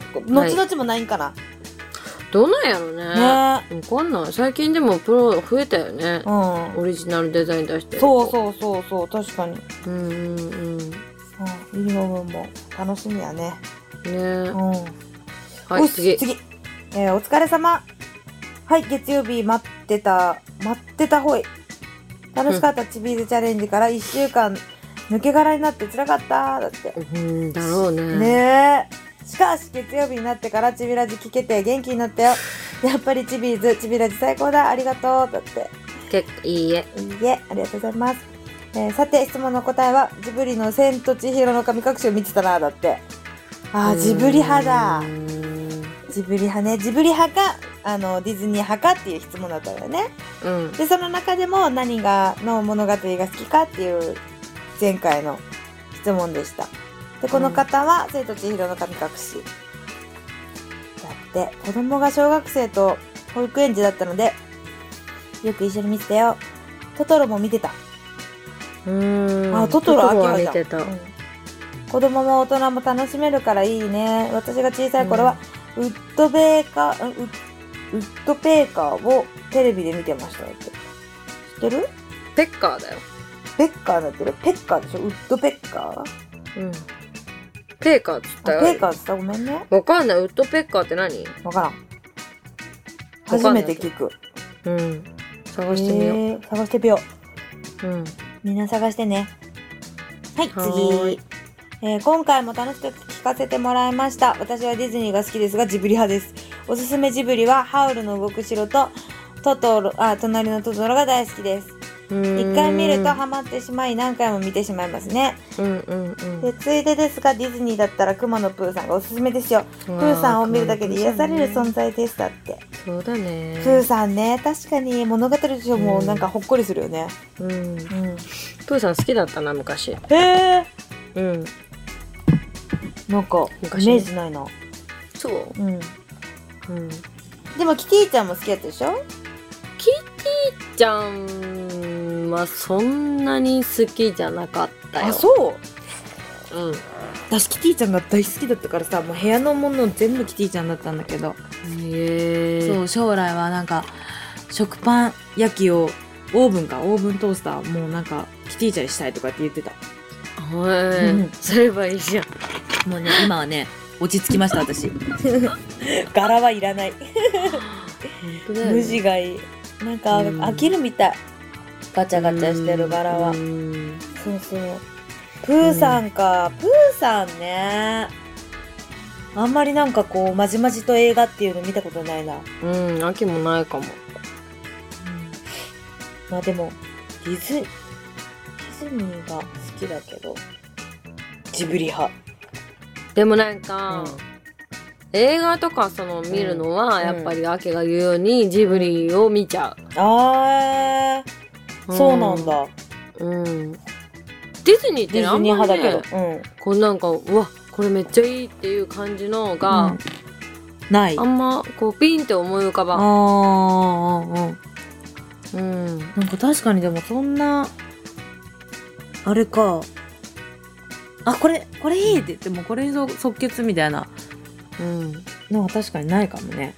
B: 後々もないんかな。
A: どうなんやろね。
B: ね。
A: わかんない。最近でもプロ増えたよね。
B: う
A: オリジナルデザイン出して
B: ん。
A: る
B: そうそうそうそう、確かに。
A: ううんうんうんね
B: うん。ユニフォームも楽しみやね。
A: え
B: うん。
A: は
B: よ
A: い
B: し
A: 次
B: 次。えーお疲れ様。はい、月曜日待ってた、待ってたほい。楽しかったチビーズチャレンジから1週間抜け殻になって辛かった。だって。
A: うんだろうね
B: ねえ。しかし、月曜日になってからチビラジ聞けて元気になったよ。やっぱりチビーズ、チビラジ最高だ。ありがとう。だって。
A: 結構いいえ
B: いいえ、ありがとうございます。えーさて、質問の答えは、ジブリの千と千尋の神隠しを見てたな、だって。あー、ジブリ派だ
A: う。ん
B: ジブリ派ねジブリ派かあのディズニー派かっていう質問だったんだよね
A: うん
B: でその中でも何がの物語が好きかっていう前回の質問でしたでこの方は「生徒千尋の神隠し」だって子供が小学生と保育園児だったのでよく一緒に見てたよトトロも見てた
A: うん
B: あ、トトロ
A: は
B: 秋
A: 見
B: 葉じゃ
A: て
B: ん
A: た
B: うん子供も大人も楽しめるからいいね。私が小さい頃は、ウッドベーカー、うんウッウッドペーカーをテレビで見てましたよって。
D: ってる
A: ペッカーだよ。
D: ペッカーだってるペッカーでしょウッドペッカーあ
A: うん。ペーカーって言った
D: ペ
A: よ。
D: ッカーってさごめんね
A: わかんない。ウッドペッカーって何
D: わからん
A: わ
D: 初
A: かん
D: め
A: ない
D: て聞く
A: うん。探してみよう。
D: えー探してみよう
A: うん。
D: みんな探してね。はい、
A: はーい
D: 次。えー今回も楽しく聞かせてもらいました。私はディズニーが好きですが、ジブリ派です。おすすめジブリは、ハウルの動く城と、トトロ、あ、隣のトトロが大好きです。一回見るとハマってしまい、何回も見てしまいますね。
A: うんうんうん。
D: で、ついでですが、ディズニーだったら、熊野プーさんがおすすめですよ。
A: プ
D: プーさんを見るだけで癒される存在です。だって。
A: そうだね。
D: プーさんね、確かに物語でしょ、もうなんかほっこりするよね。
A: うん。
D: うん。
A: プーさん好きだったな、昔。
D: へえ
A: うん。
D: なんか、イメ
A: 昔ね
D: ージないな。
A: そう。
D: うん。
A: うん。キ
D: でもキティちゃんも好きだったでしょ
A: ティちゃんはそんなに好きじゃなかったよ。
D: そう
A: うん。
B: 私キティちゃんが大好きだったからさもう部屋のもの全部キティちゃんだったんだけど、
A: へえ。
B: そう将来はなんか食パン焼きをオーブンかオーブントースターもうなんかキティちゃんにしたいとかって言ってた
A: はい、
B: うん
A: すればいいじゃん。
B: もうね今はね落ち着きました 私
D: 柄はいらない。
A: 本当だよね
D: 無地がいい。なんか
A: うん
D: 飽きるみたい。ガチャガチャしてる柄は
A: う。ん
D: そうそう。プーさんか。プーさんね。あんまりなんかこう、まじまじと映画っていうの見たことないな。
A: うん、秋もないかも。
D: まあでも、ディズ、ディズニーが好きだけど、ジブリ派。
A: でもなんか、
D: うん
A: 映画とかその見るのは、
D: ん
A: やっぱり秋が言うようにジブリを見ちゃ
D: あ
A: う。
D: ー、そうなんだ。
A: うん。ディズニーっ
D: ディ
A: てあ
D: ズ
A: ん
D: ニー
A: ま
D: 派
A: り、
D: だけ
A: ね
D: ど。、うん。
A: こうなんか、うわ、これめっちゃいいっていう感じのが、
B: うんない
A: あんまこうピンって思い浮か
B: あ
A: ばん。
B: あ
A: うん。
B: なんか確かにでもそんなあれかあこれこれいいって言ってもこれぞ即決みたいな
A: うん。
B: のは確かにないかもね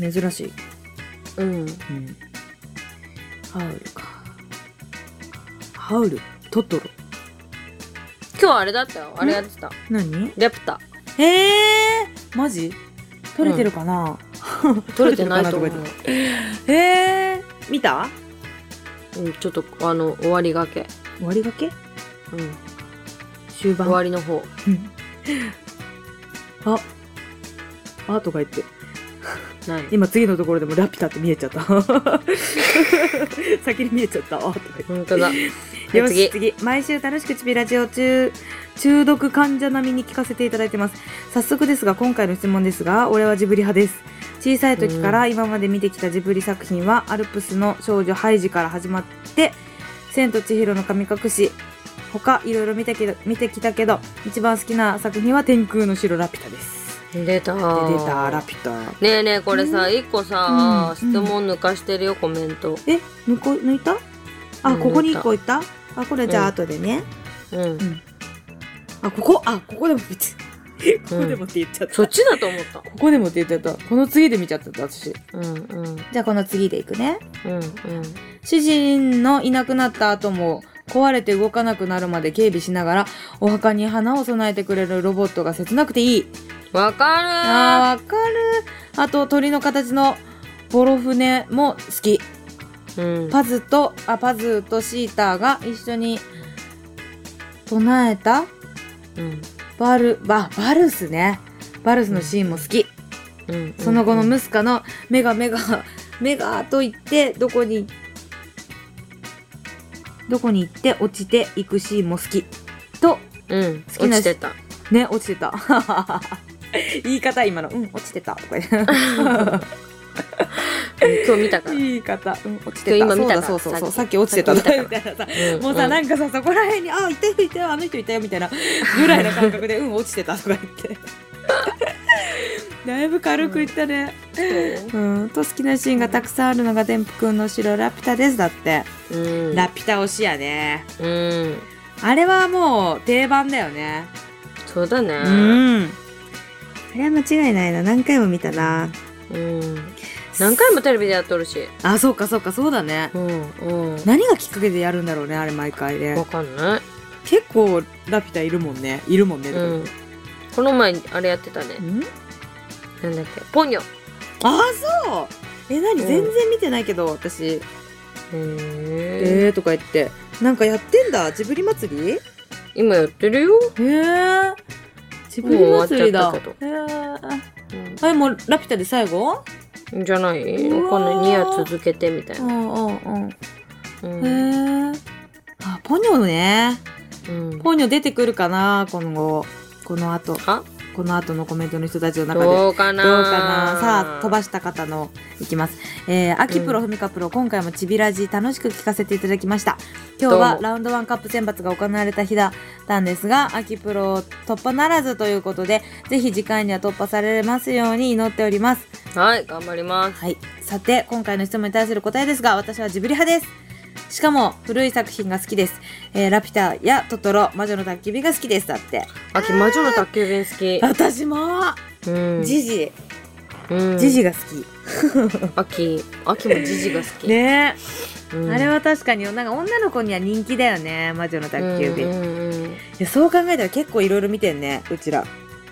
B: 珍しい、
A: うん。
B: うん、ハウルかハウルトトロ
A: 今日あれだったよ。あれやってた。
B: 何
A: レプタ。
B: ええー、マジ撮れてるかな、
A: 取れてないと思う。
B: 撮れてるかなとか言ってええー、見た
A: うん、ちょっと、あの、終わりがけ。
B: 終わりがけ
A: うん。
B: 終盤
A: 終わりの方。
B: ああとか言って
A: ない。
B: 今次のところでもラピュタって見えちゃった 先に見えちゃったあとか言って
A: 本 当だ。はい
B: よ
A: 次
B: し。次毎週楽しくチビラジオ中中毒患者並みに聞かせていただいてます早速ですが今回の質問ですが俺はジブリ派です小さい時から今まで見てきたジブリ作品は、アルプスの少女ハイジから始まって千と千尋の神隠し他いろいろ見てきた見てきたけど一番好きな作品は天空の城ラピュタです
A: 出た
B: で
A: ー
B: 出たラピュタ
A: ねえねえ、これさ、一個さ、
B: うん
A: 質問抜かしてるよ、コメント。
B: え抜こ抜いたあ、
A: うん
B: ここに1個いったあこれじゃあ後でね、
A: うん。
B: あここあここでも見てここでもって言っちゃった、
A: そっちだと思った。
B: ここでもって言っちゃったこの次で見ちゃった私
A: うんうん。
B: じゃあこの次でいくね
A: うん
B: 主人のいなくなった後も壊れて動かなくなるまで警備しながらお墓に花を供えてくれるロボットが切なくていい
A: うん。わかる
B: あーわかるあと鳥の形のボロ船も好き
A: ーうん。
B: パズとあパズとシーターが一緒に唱えた
A: うん。
B: バルババルスねバルスのシーンも好き、
A: うん。
B: その後の
A: うん
B: ムスカのメ ガメガメガと言ってどこにどこに行って落ちていくシーンも好きと
A: うん。
B: 好きな
A: 落ちてた。
B: ね落ちてた 言い方今の「うん落ち てた」とか言って
A: うん今日見た から。
B: 言い方「うん落ちてた」
A: 今見たから
B: そうだそうそうそうさ
A: さ
B: っき落ちてた
A: さっき見た
B: みたいなさ
A: うん
B: もうさ、
A: ん
B: なんかさそこら辺に「あいたよいたよあの人いたよ」みた いなぐらいの感覚で「うん落ちてた」とか言ってだいぶ軽くいったね、うんと好きなシーンがたくさんあるのが天賦くんの城ラピュタですだって、
A: うん。
B: ラピュタ推しやね
A: うん。
B: あれはもう定番だよね
A: そうだ
B: う
A: ね。
B: んあれは間違いないな何回も見たな
A: うん。
B: 好
A: 何回もテレビでやっとるし
B: あそうかそうかそうだね
A: うんうん
B: 何がきっかけでやるんだろうねあれ毎回
A: わ
B: ね
A: かんない、
B: 結構ラピュタいるもんねいるもんね、
A: うん、この前あれやってたね
B: ん、
A: なんだっけポニョ
B: あそうえ何、
A: うん
B: 全然見てないけど私
A: へえ
B: えー、とか言ってなんかやってんだジブリ祭りへ
A: 今やってるよ、
B: えー、ジブリ祭りだ
A: もう終わっちゃっ
B: へえー、あれもうラピュタで最後
A: うん、じゃないう
B: わー
A: わかんない2夜続けてみたいな、
B: んうんうん
A: うん
B: へえあポニョね
A: うん、
B: ポニョ出てくるかな今後この後
A: あ
B: この後のコメントの人たちの中で
A: どうかな
B: どうかなさあ飛ばした方のいきますえー、秋プロ
A: うん
B: ふみかプロ今回もちびラジ楽しく聞かせていただきました
A: ど
B: 今日
A: う
B: は
A: も
B: ラウンドワンカップ選抜が行われた日だったんですが秋プロ突破ならずということでぜひ次回には突破されますように祈っております
A: はい頑張ります
B: はいさて今回の質問に対する答えですが私はジブリ派ですしかも古い作品が好きです、えーラピュタやトトロ魔女の宅急便が好きですだって
A: 秋魔女の宅急便好
B: 私も
A: きうん
B: ジジ
A: うん
B: ジジが好き、
A: 秋秋もジジが好き、
B: ねえ
A: うん
B: あれは確かになんか女の子には人気だよね魔女の宅急便、
A: う
B: い
A: んうんうん
B: やそう考えたら結構いろいろ見てんねうちら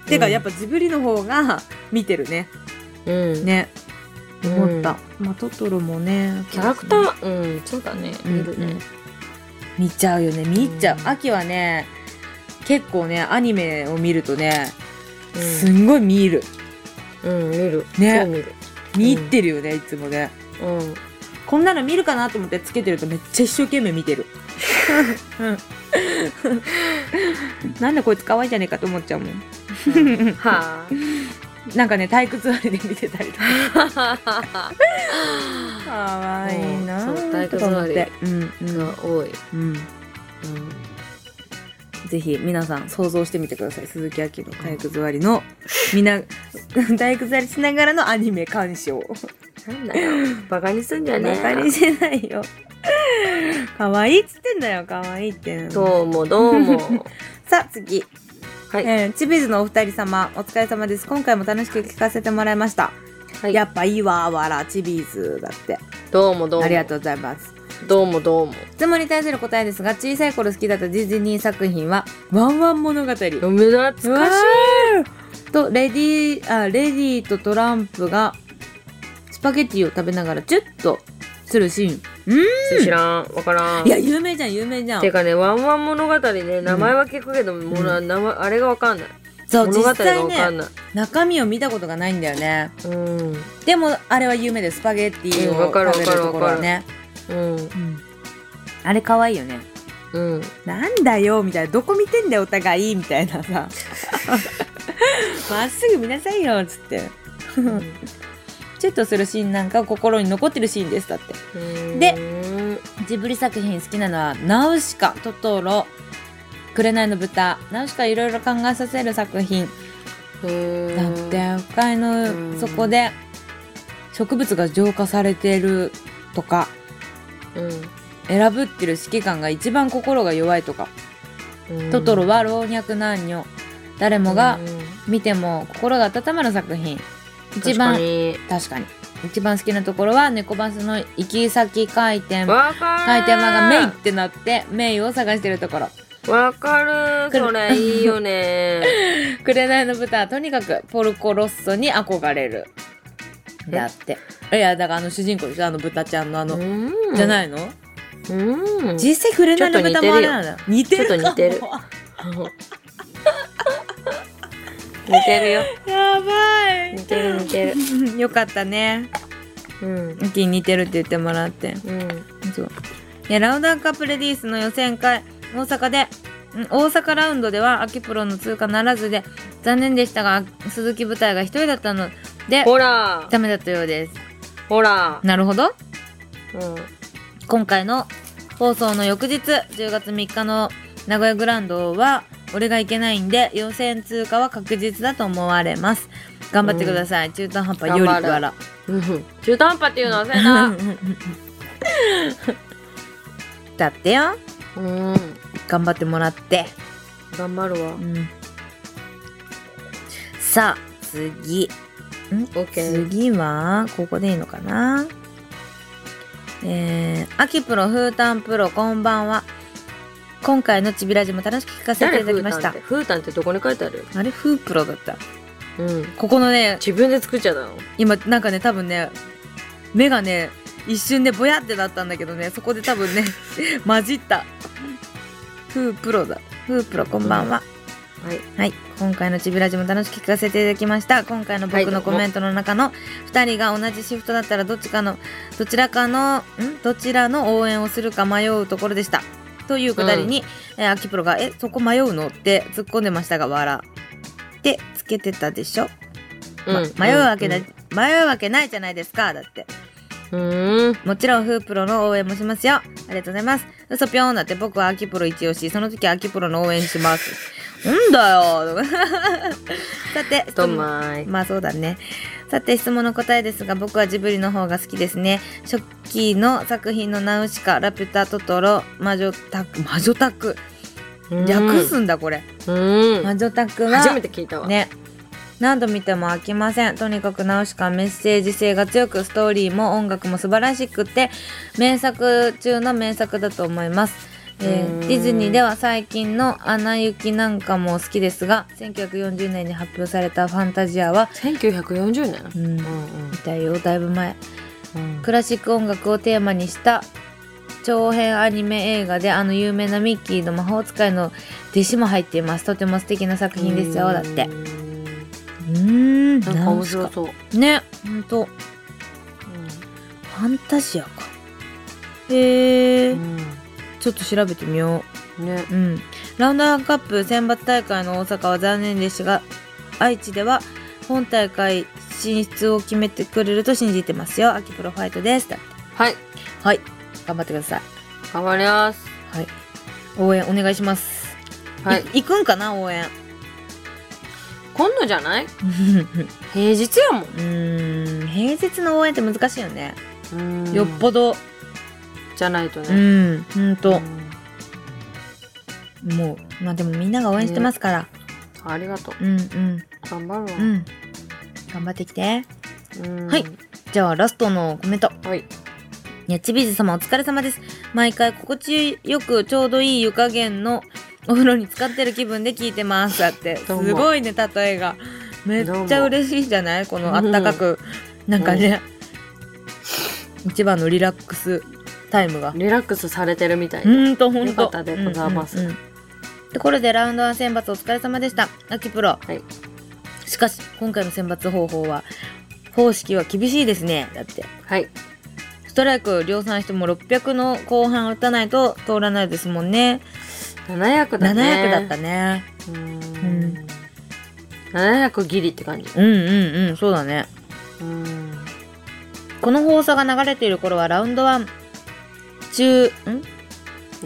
B: てか
A: うん
B: やっぱジブリの方が 見てるね
A: うん
B: ね
A: うん
B: 思った、まあトトロもね
A: キャラクターうんそうだね
B: うん
A: 見るね
B: 見ちゃうよね見入っちゃう、
A: うん
B: 秋はね結構ねアニメを見るとね、
A: うん
B: すんごい見入る
A: うん見る
B: ね
A: そう見る
B: 見入ってるよね、いつもね
A: うん
B: こんなの見るかなと思ってつけてるとめっちゃ一生懸命見てるなんでこいつ可愛いじゃねえかと思っちゃうもん
A: は
B: なんかね体育座りで見てたりとか
A: あ
B: 可
A: 愛いなぁ
B: そう体育座り
A: とか
B: うん
A: が多い
B: うん、うん、ぜひ皆さん想像してみてください鈴木亜希の体育座りのみな 体育座りしながらのアニメ鑑賞
A: なんだよバカにすんじゃ
B: バ
A: ねえ
B: カにしてないよ可愛いっつってんだよ可愛いって
A: どうもどう も
B: さあ次
A: はい、
B: えーチビズのお二人様お疲れ様です今回も楽しく聞かせてもらいました、
A: はい、
B: やっぱいいわわらチビーズだって
A: どうもどうも
B: ありがとうございます
A: どうもどうも
B: 質問に対する答えですが小さい頃好きだったディズニー作品は「ワンワン物語」
A: 嫁だ懐かしい
B: とレディーあレディーとトランプがスパゲティを食べながらチュッとするシーン
A: 知らんわからん
B: いや有名じゃん有名じゃん
A: てかね「ワンワン物語」ね名前は聞くけど、もうな名前あれがわかんない
B: そう
A: 物語
B: 実
A: が
B: 際
A: わかん
B: ね
A: ない、
B: 中身を見たことがないんだよね
A: うん
B: でもあれは有名ですスパゲティ
A: うんわかる
B: を
A: わ
B: 食
A: か
B: べ
A: る
B: るところはね、
A: うん
B: うんあれ可愛いよね
A: うん
B: なんだよみたいなどこ見てんだよお互いみたいなさ まっすぐ見なさいよっつってチュッとするシーンなんか心に残ってるシーンですだって で
A: うん
B: ジブリ作品好きなのは「ナウシカ」「トトロ」「紅の豚」「ナウシカ」いろいろ考えさせる作品
A: うん
B: だって深海
A: う
B: の
A: ん
B: 底で植物が浄化されてるとか
A: う
B: 選ぶってる指揮官が一番心が弱いとか
A: ん、
B: トトロは老若男女誰もが
A: うん
B: 見ても心が温まる作品一番
A: 確かに
B: 確かに一番好きなところは猫バスの行き先回転
A: わかる
B: 回転間がメイってなってメイを探してるところ
A: わかるそれいいよ ね
B: 紅の豚はとにかくポルコロッソに憧れるだっていやだからあの主人公でしょあの豚ちゃんのあの、
A: うん
B: じゃないの、
A: うん
B: 実際紅の豚もあれなんだ似てる
A: るよ
B: か
A: ちょっ
B: も
A: と似てる似てるよ
B: やばい
A: 似てる似てる
B: よかったね
A: うん
B: ミッキーに似てるって言ってもらって
A: うん
B: そう。いや、ラウンドアンカップレディースの予選会、大阪で、ん大阪ラウンドでは秋プロの通過ならずで、残念でしたが、鈴木舞台が一人だったので、
A: ほら
B: ダメだったようです。
A: ほら
B: なるほど。
A: うん
B: 今回の放送の翌日、10月3日の名古屋グラウンドは、俺が行けないんで、予選通過は確実だと思われます。頑張ってください。中途半端よりく
A: 頑張る
B: わら。
A: うん中途半端っていうの忘れた
B: だってよ。
A: うん
B: 頑張ってもらって。
A: 頑張るわ
B: うんさあ次
A: OK。
B: 次は、ここでいいのかなえー、アキプロ、フータンプロ、こんばんは。今回のちびラジも楽しく聞かせて
A: 誰
B: いただ
A: フ
B: き
A: ー
B: ま
A: タ
B: し
A: ンったて。フータンってどこに書いてある
B: あれ、フープロだった。
A: うん。
B: ここのね、
A: 自分で作っちゃったの
B: 今、なんかね、多分ね、目がね、一瞬でぼやってなったんだけどね、そこで多分ね、 混じった。フープロだ。フープロ、こんばんは。
A: はい。
B: はい、今回のちびラジも楽しく聞かせていただきました。今回の
A: はい
B: 僕
A: どう
B: の
A: も
B: コメントの中の2人が同じシフトだったらどっちかのどちらかのんどちらの応援をするか迷うところでした。というくだりに、えー秋プロが「えそこ迷うの?」って突っ込んでましたが笑ってつけてたでしょ、ま迷うわけな
A: だ
B: い、迷うわけないじゃないですかだって
A: うーん。
B: もちろんフープロの応援もしますよありがとうございます嘘ぴょんだって僕は秋プロ一押しその時は秋プロの応援しますなんだよ さて質
A: どん
B: 問
A: まーい。
B: まあそうだね。さて質問の答えですが僕はジブリの方が好きですね。初期の作品のナウシカ、ラピュタ、トトロ、魔女タク、魔女タク。
A: うん
B: 略すんだこれ。
A: うん。
B: 魔女タクは、
A: 初めて聞いたわ。
B: ね。何度見ても飽きません。とにかくナウシカはメッセージ性が強く、ストーリーも音楽も素晴らしくて、名作中の名作だと思います。えー
A: うん
B: ディズニーでは最近の「アナ雪」なんかも好きですが1940年に発表された「ファンタジアは」
A: 1940年
B: うん、
A: うん
B: みたいよだいぶ前
A: うん。
B: クラシック音楽をテーマにした長編アニメ映画であの有名なミッキーの魔法使いの弟子も入っていますとても素敵な作品ですよだってうん
A: なんか面白そう。
B: ねほんとファンタジアかへえ、
A: うん
B: ちょっと調べてみよ
A: ね。
B: ううんラウンドカップ選抜大会の大阪は残念でしたが愛知では本大会進出を決めてくれると信じてますよ秋プロファイトですだって
A: はい。
B: はい頑張ってください
A: 頑張ります。
B: はい。応援お願いします。
A: はい。
B: い。行くんかな応援。
A: 今度じゃないう
B: ー
A: 平日やもん。
B: ん。平日の応援って難しいよね。
A: うん
B: よっぽど。
A: じゃないと
B: う
A: ね。
B: ん。ほん
A: う
B: と。
A: ん
B: もう。まあでもみんなが応援してますから。
A: ありがとう。
B: うんうん
A: 頑張
B: う
A: る
B: ん。頑張ってきて。
A: わ。うん
B: はいじゃあラストのコメント。
A: はい。
B: ニャッチビーズ様お疲れ様です。毎回心地よくちょうどいい湯加減のお風呂に浸かってる気分で聞いてます。だって、す
A: どうも
B: ごいね、例えが。めっちゃ嬉しいじゃないこのあったかく。なんかね、一番のリラックスタイムが。
A: リラックスされてるみたいで。
B: うんと、ほんと。
A: よかったでございます
B: うんうんうんところでラウンドワン選抜お疲れ様でした。秋プロ。
A: はい
B: しかし、今回の選抜方法は、方式は厳しいですね。だって。
A: はい。
B: ストライク量産しても600の後半打たないと通らないですもんね。
A: 700だ
B: 700
A: ね。
B: だったね。
A: う
B: うん
A: ん。700ギリって感じ。
B: うんうんうん、そうだね。
A: うん。
B: この放送が流れている頃はラウンド1中、ん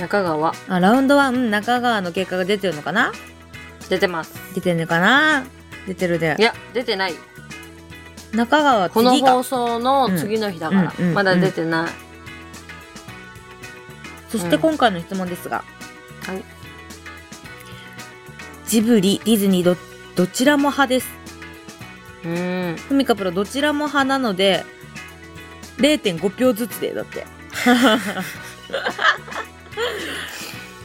A: 中川、
B: あ、ラウンド1中川の結果が出てるのかな
A: 出てます。
B: 出てるのかな出てるで
A: い。や、出てない。
B: 中川は
A: この
B: 次
A: 放
B: か。
A: 送の次の日だから
B: うんうんう。ん
A: まだ出てない。
B: そして今回の質問ですが、
A: はい。
B: ジブリ、ディズニーど、どちらも派です。
A: うん。
B: ふみかプロどちらも派なので、0.5票ずつで、だって。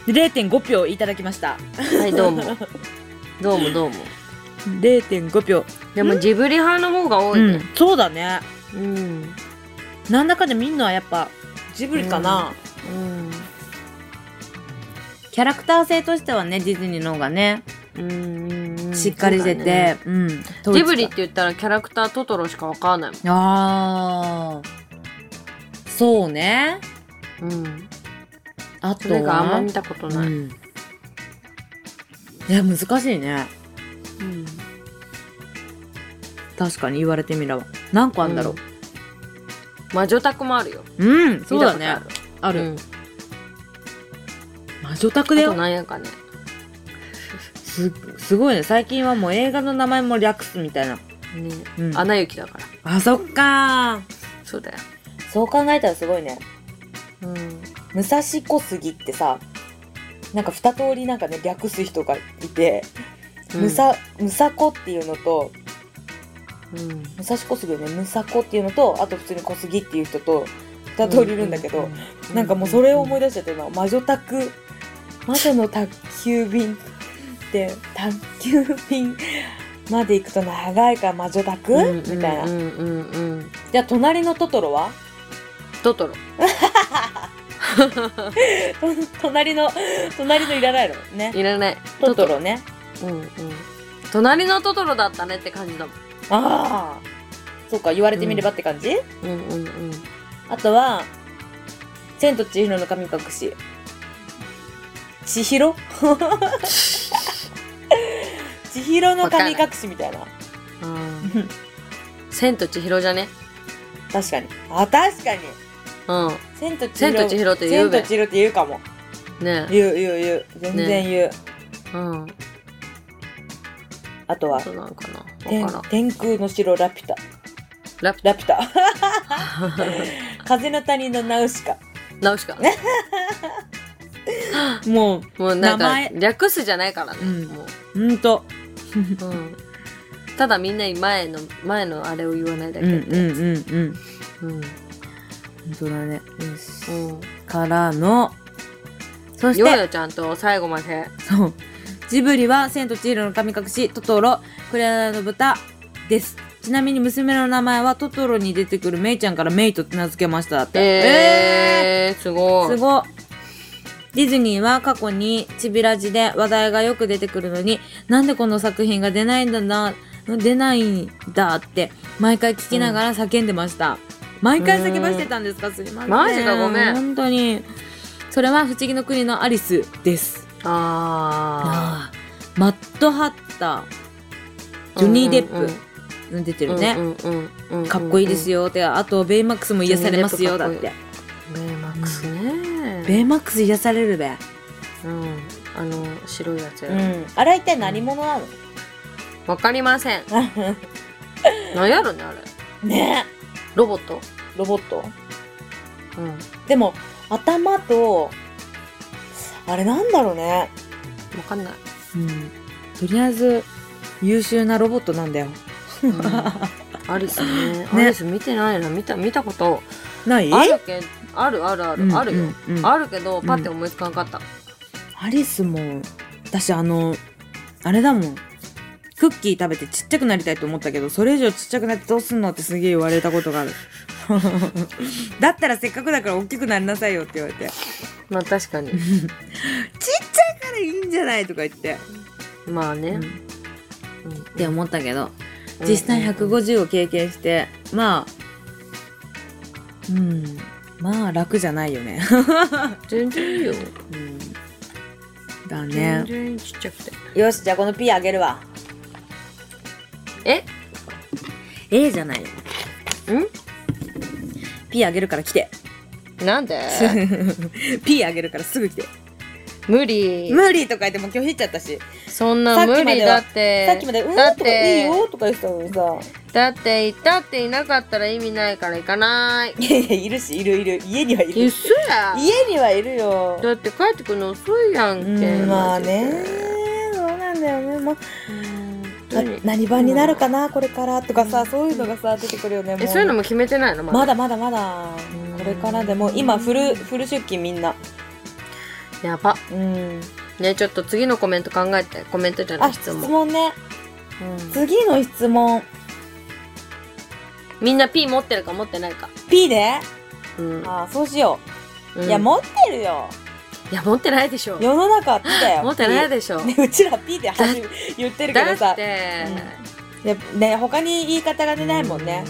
B: 0.5票いただきました。
A: はい、どうも。どうもどうも。
B: 0.5票。
A: でもジブリ派の方が多いね。
B: そうだね。
A: うん。
B: なんだかでみんなはやっぱ、ジブリかな、
A: うん。
B: キャラクター性としてはね、ディズニーの方がね、
A: うんうん
B: しっかりしてて、うん。
A: そうだねジブリっ
B: 統
A: て言ったらキャラクタートトロしかわからない
B: 一感あー。そうね。
A: もん。うん。
B: あ
A: そ
B: と
A: れが
B: は、
A: あんま見たこと
B: う
A: ない。
B: ん。いや、難しいね。
A: うん
B: 確かに言われてみれば何個あんだろう
A: 魔女宅もあるよ。
B: うん、
A: 見
B: そう
A: た
B: だ
A: こと
B: ね
A: あ
B: あ
A: る。
B: る、
A: うん
B: 魔女宅
A: あ
B: だ
A: と
B: よ
A: なんやかね。
B: すすごいね最近はもう映画の名前も略すみたいな、
A: ね
B: うん、
A: アナ雪だから。
B: あそっか
A: そうだよ。
B: そう考えたらすごいね
A: うん。
D: 武蔵小杉ってさなんか二通りなんかね略す人がいて、
A: うん
D: むさむさこっていうのと
A: うん
D: 武蔵小杉はね武蔵小っていうのとあと普通に小杉っていう人と2通りいるんだけど、なんかもうそれを思い出しちゃって今魔女宅魔女の宅急便って宅急便まで行くと長いから魔女宅、
A: うん
D: みたいな、
A: うんうんうんうん
D: じゃあ隣のトトロは
A: トトロ
D: 隣の隣のいらないのね
A: いらない
D: トトロね
A: うんうん隣のトトロだったねって感じだも
D: ああそうか言われてみればって感じ、
A: んうんうんうん
D: あとは「千と千尋の神隠し」千尋 千尋の神隠しみたいな
A: あー千と千尋じゃね
D: 確かにあ確かに
A: うん
D: 千と千
A: 千と
D: 尋
A: 千尋って言うべ
D: 千と千尋って言うかも
A: ねえ
D: 言う言う言う全然言う、
A: うん
D: あとは
A: そうなんかな
D: 天
A: わからん
D: 天空の城ラピュタ
A: ラピュ
D: ラピュタ 風の谷のナウシカ
A: ナウシカ
D: もう
A: もうなん
D: 名
A: か
D: 前
A: 略すじゃないからね
B: うん
A: もう
D: ほんと
A: うんただみんなに前の前のあれを言わないだ
B: う
A: け
B: んう
A: で
B: んうんう
A: う
B: ん
A: ん
B: 本当だねよし
A: うん
B: からのそし
A: ヨー
B: て
A: ヨちゃんと最後まで
B: そうジブリは「千と千尋の神隠し」「トトロ」「クレアの豚」ですちなみに娘の名前はトトロに出てくるメイちゃんからメイトって名付けましただってえー
A: えー、すごい
B: すごっディズニーは過去にチビラジで話題がよく出てくるのになんでこの作品が出ないんだな出ないんだって毎回聞きながら叫んでました、毎回叫ばしてたんですかすみません
A: マジかごめん
B: 本当にそれは不思議の国のアリスです
A: あ
B: ああマットハッタ
A: ー
B: ジョニー・デップ、
A: うんうん
B: 出て
A: う
B: る
A: ん
B: ね、
A: うんうんうんうん
B: かっこいいですよってあとベイマックスも癒されますよ
A: ジ
B: だ
A: ョ
B: っ
A: ニーデ
B: て
A: ッベイマックスね
B: ベイマックス癒されるべ
A: うんあの白いやつ
D: う
A: や
D: んあれは一体何者なの、
A: わかりません何やろねあれ
D: ね
A: ロボット
D: ロボット
A: うん
D: でも頭とあれなんだろうね
A: わかんない
B: うん、とりあえず優秀なロボットなんだよ。
A: うんアリスね。ア
B: ね
A: リス見てないな。見た、見たこと。
B: ない
A: あるけ、あるあるあ
B: うん
A: る。あるよ。
B: うんうん
A: あるけど、
B: ん
A: パって思いつかなかった。
B: アリスも私あのあれだもんクッキー食べてちっちゃくなりたいと思ったけどそれ以上ちっちゃくなってどうすんのってすげえ言われたこと がある。だったらせっかくだから大きくなりなさいよって言われて「ちっ
A: まあ確かに。
B: ちゃいからいいんじゃない?」とか言って、
A: まあね
B: っ。
A: うん
B: て思ったけど実際。150を経験してまあうんまあ楽じゃないよね。
A: 全然いいよ。
B: うんだ
A: 全
B: ね。
A: 然ちっちゃくて。
D: よしじゃあこの P あげるわ
A: え
B: A じゃないよ。
A: ん
B: P あげるから来て。
A: なんで
B: P あげるからすぐ来て。
A: 無理。
B: 無理とか言ってもう拒否っちゃったし。
A: そんな
D: さっ
A: 無
D: きま
A: 理
D: で
A: だ
D: は
A: って。
D: さっきまで「うん」
A: だっ
D: とか「いい
A: て、
D: よ」とか言ってたのにさ
A: だって、行ったっていなかったら意味ないから行かない。
D: いやいやいるしいるいる家にはいる
A: うっそや。
D: 家にはいるよ
A: だって帰ってくるの遅いやんけ。
B: うん
D: まあ
A: マジで
D: ねそうなんだよねもう
A: う
D: なん何番になるかなこれからとかさそういうのがさ出てくるよねも
A: えそういうの
D: う
A: も決めてないの
D: ま
A: だ
D: だまだまだ
A: うん
D: これからでも今フルフル出勤みんな
A: やば
D: うん
A: ねちょっと次のコメント考えてコメントじゃな
D: あ
A: い質
D: 質
A: 問
D: 問ね
A: うん
D: 次の質問
A: みんな P 持ってるか持ってないか
D: P で
A: うん
D: あそうしよ
A: う
D: う、
A: ん
D: いや持ってるよ
A: いや持ってないでしょ
D: 世の中は P だよ
A: 持ってないでしょ
D: ね うちら P で初め言ってるけど
A: だっ
D: さ
A: て
D: やっぱね他に言い方が出ないもんね、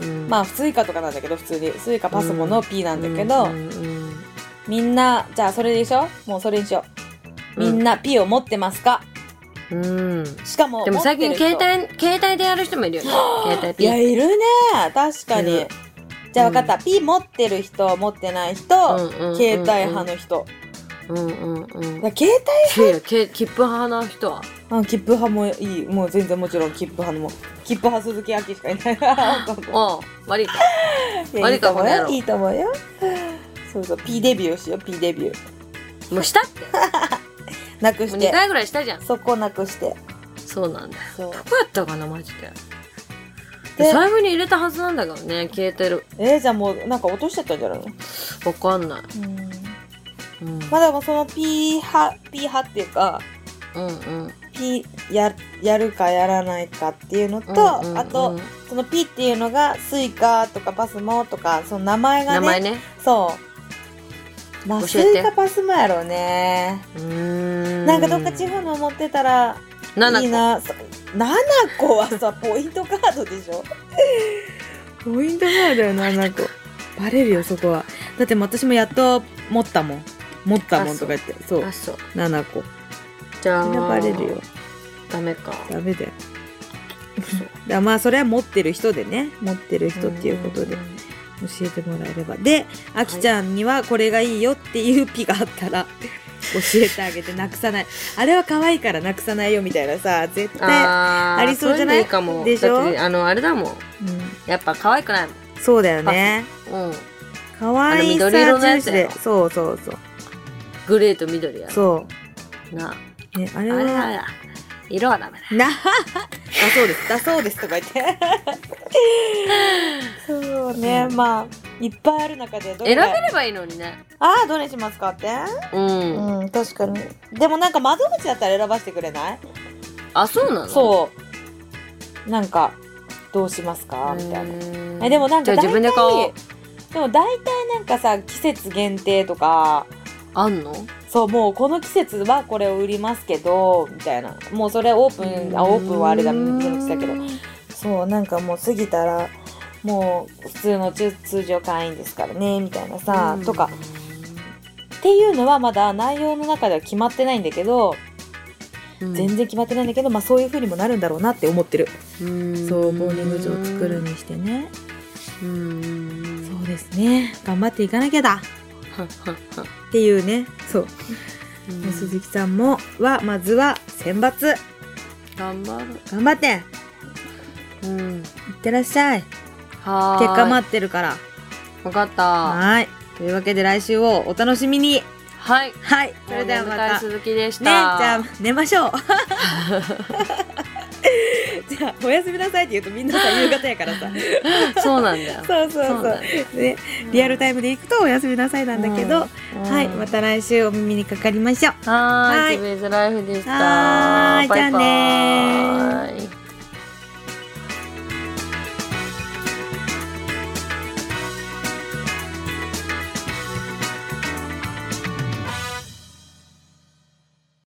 A: うん
D: まあスイカとかなんだけど普通にスイカパスモの P なんだけ
A: う
D: ど、
A: んうん
D: みんなじゃあそれでしょもうそれにしようみんな P を持ってますか
A: うん
D: しかも
A: でも最近
D: 持ってる
A: 携
D: 人
A: 帯携帯でやる人もいるよね携帯
D: いや
A: P
D: いるね確かに、
A: いる
D: じゃあ分かった、P 持ってる人持ってない人、携帯派の人、
A: のうんうんうん
D: だから携
A: いやいやけ切符派の人は
D: 帯あ切符派もいいもう全然もちろん切符派のも切符派鈴木亜希しかい ない
A: おう悪いか
D: いやいいと思う
A: 悪いかも
D: よ
A: ね
D: いいと思うよそうそう P デビューしよう P デビュー
A: もうしたって
D: なく
A: も
D: し
A: う2
D: て
A: 回ぐらいしたじゃん
D: そこなくして
A: そうなんだよ
D: そう
A: どこやったかなマジで
D: で
A: 財布に入れたはずなんだけどね消えてる
D: えー、じゃあもうなんか落としちゃったんじゃないの
A: わかんない、うん、
D: まあでもその P 派 P 派っていうか
A: うんうん、
D: P ややるかやらないかっていうのと、
A: うんうんうん
D: あとその P っていうのがスイカとかパスモとかその名前がね
A: 名前ね
D: そうまあス
A: 教えて
D: イカパスモやろうね
A: うーん
D: なんかどっか地方の持ってたら
A: 7個
D: いいなそ7個はさポイントカードでしょ
B: ポイントないだよななんかバレるよそこはだってもう私もやっと持ったもん持ったもんとか言ってそう
A: あそう
B: 7個
A: じゃあ
B: みんなバレるよ
A: ダメか
B: ダメだよだからまあそれは持ってる人でね持ってる人っていうことで
A: んんん
B: 教えてもらえればであきちゃんにはこれがいいよっていうピがあっ たら教えてあげてなくさないあれは可愛いからなくさないよみたいなさ絶対、
A: あー
B: ありそうじゃな
A: そいの
B: い
A: いかも
B: でしょ
A: だってあのあれだもん
B: うん
A: やっぱ可愛くないも
B: そうだよね
A: んうん
B: 可愛いさ
A: あの緑色のや
B: 重
A: つ
B: 視
A: だよ
B: でそうそうそう
A: グレーと緑や
B: そ
A: な
B: う、ね、あれ
A: あれ
B: は
A: だよ色はダメだ
B: な
D: だそうですだそうですとか言ってそうね、まあいっぱいある中でど
A: 選べ
D: れが
A: ればいいのにね
D: ああどれしますかって
A: うん、
D: うん確かにでもなんか窓口だったら選ばせてくれない
A: あそうなの
D: そうなんかどうしますかみたいな
A: な
D: えでもなんか
A: じ
D: 大体
A: ゃあ自分で買おう
D: でも大体なんかさ季節限定とか
A: あんの
D: そうもうこの季節はこれを売りますけどみたいなもうそれオープンあオープンはあれだ
A: うん
D: みたいなだけどそうなんかもう過ぎたらもう普通の通通常会員ですからねみたいなさ
A: うん
D: とかっていうのはまだ内容の中では決まってないんだけど
A: うん
D: 全然決まってないんだけどまあそういう風にもなるんだろうなって思ってる
A: うん
B: そうボーリング場を作るにしてね
A: うん
B: そうですね頑張っていかなきゃだっていうねそう、
A: うん
B: 鈴木さんもはまずは選抜
A: 頑張る
B: 頑張って
A: うん
B: いってらっしゃい
A: はーい
B: 結果待ってるから
A: 分かった
B: はいというわけで来週をお楽しみに
A: はい
B: はいそれではま
A: もう眠い
B: たね
A: 鈴木でした
B: じゃあ寝ましょう じゃあおやすみなさいって言うとみん なさ夕方やからさ
A: そうなんだよ
B: そうそう
A: そ
B: そうう
A: なんだよ
B: ね、リアルタイムで行くとおやすみなさいなんだけど、はいまた来週お耳にかかりましょう
A: はー
B: はいい
A: ジブイズライフでした
B: はーい
A: バイバーイ
B: じゃあね
A: ー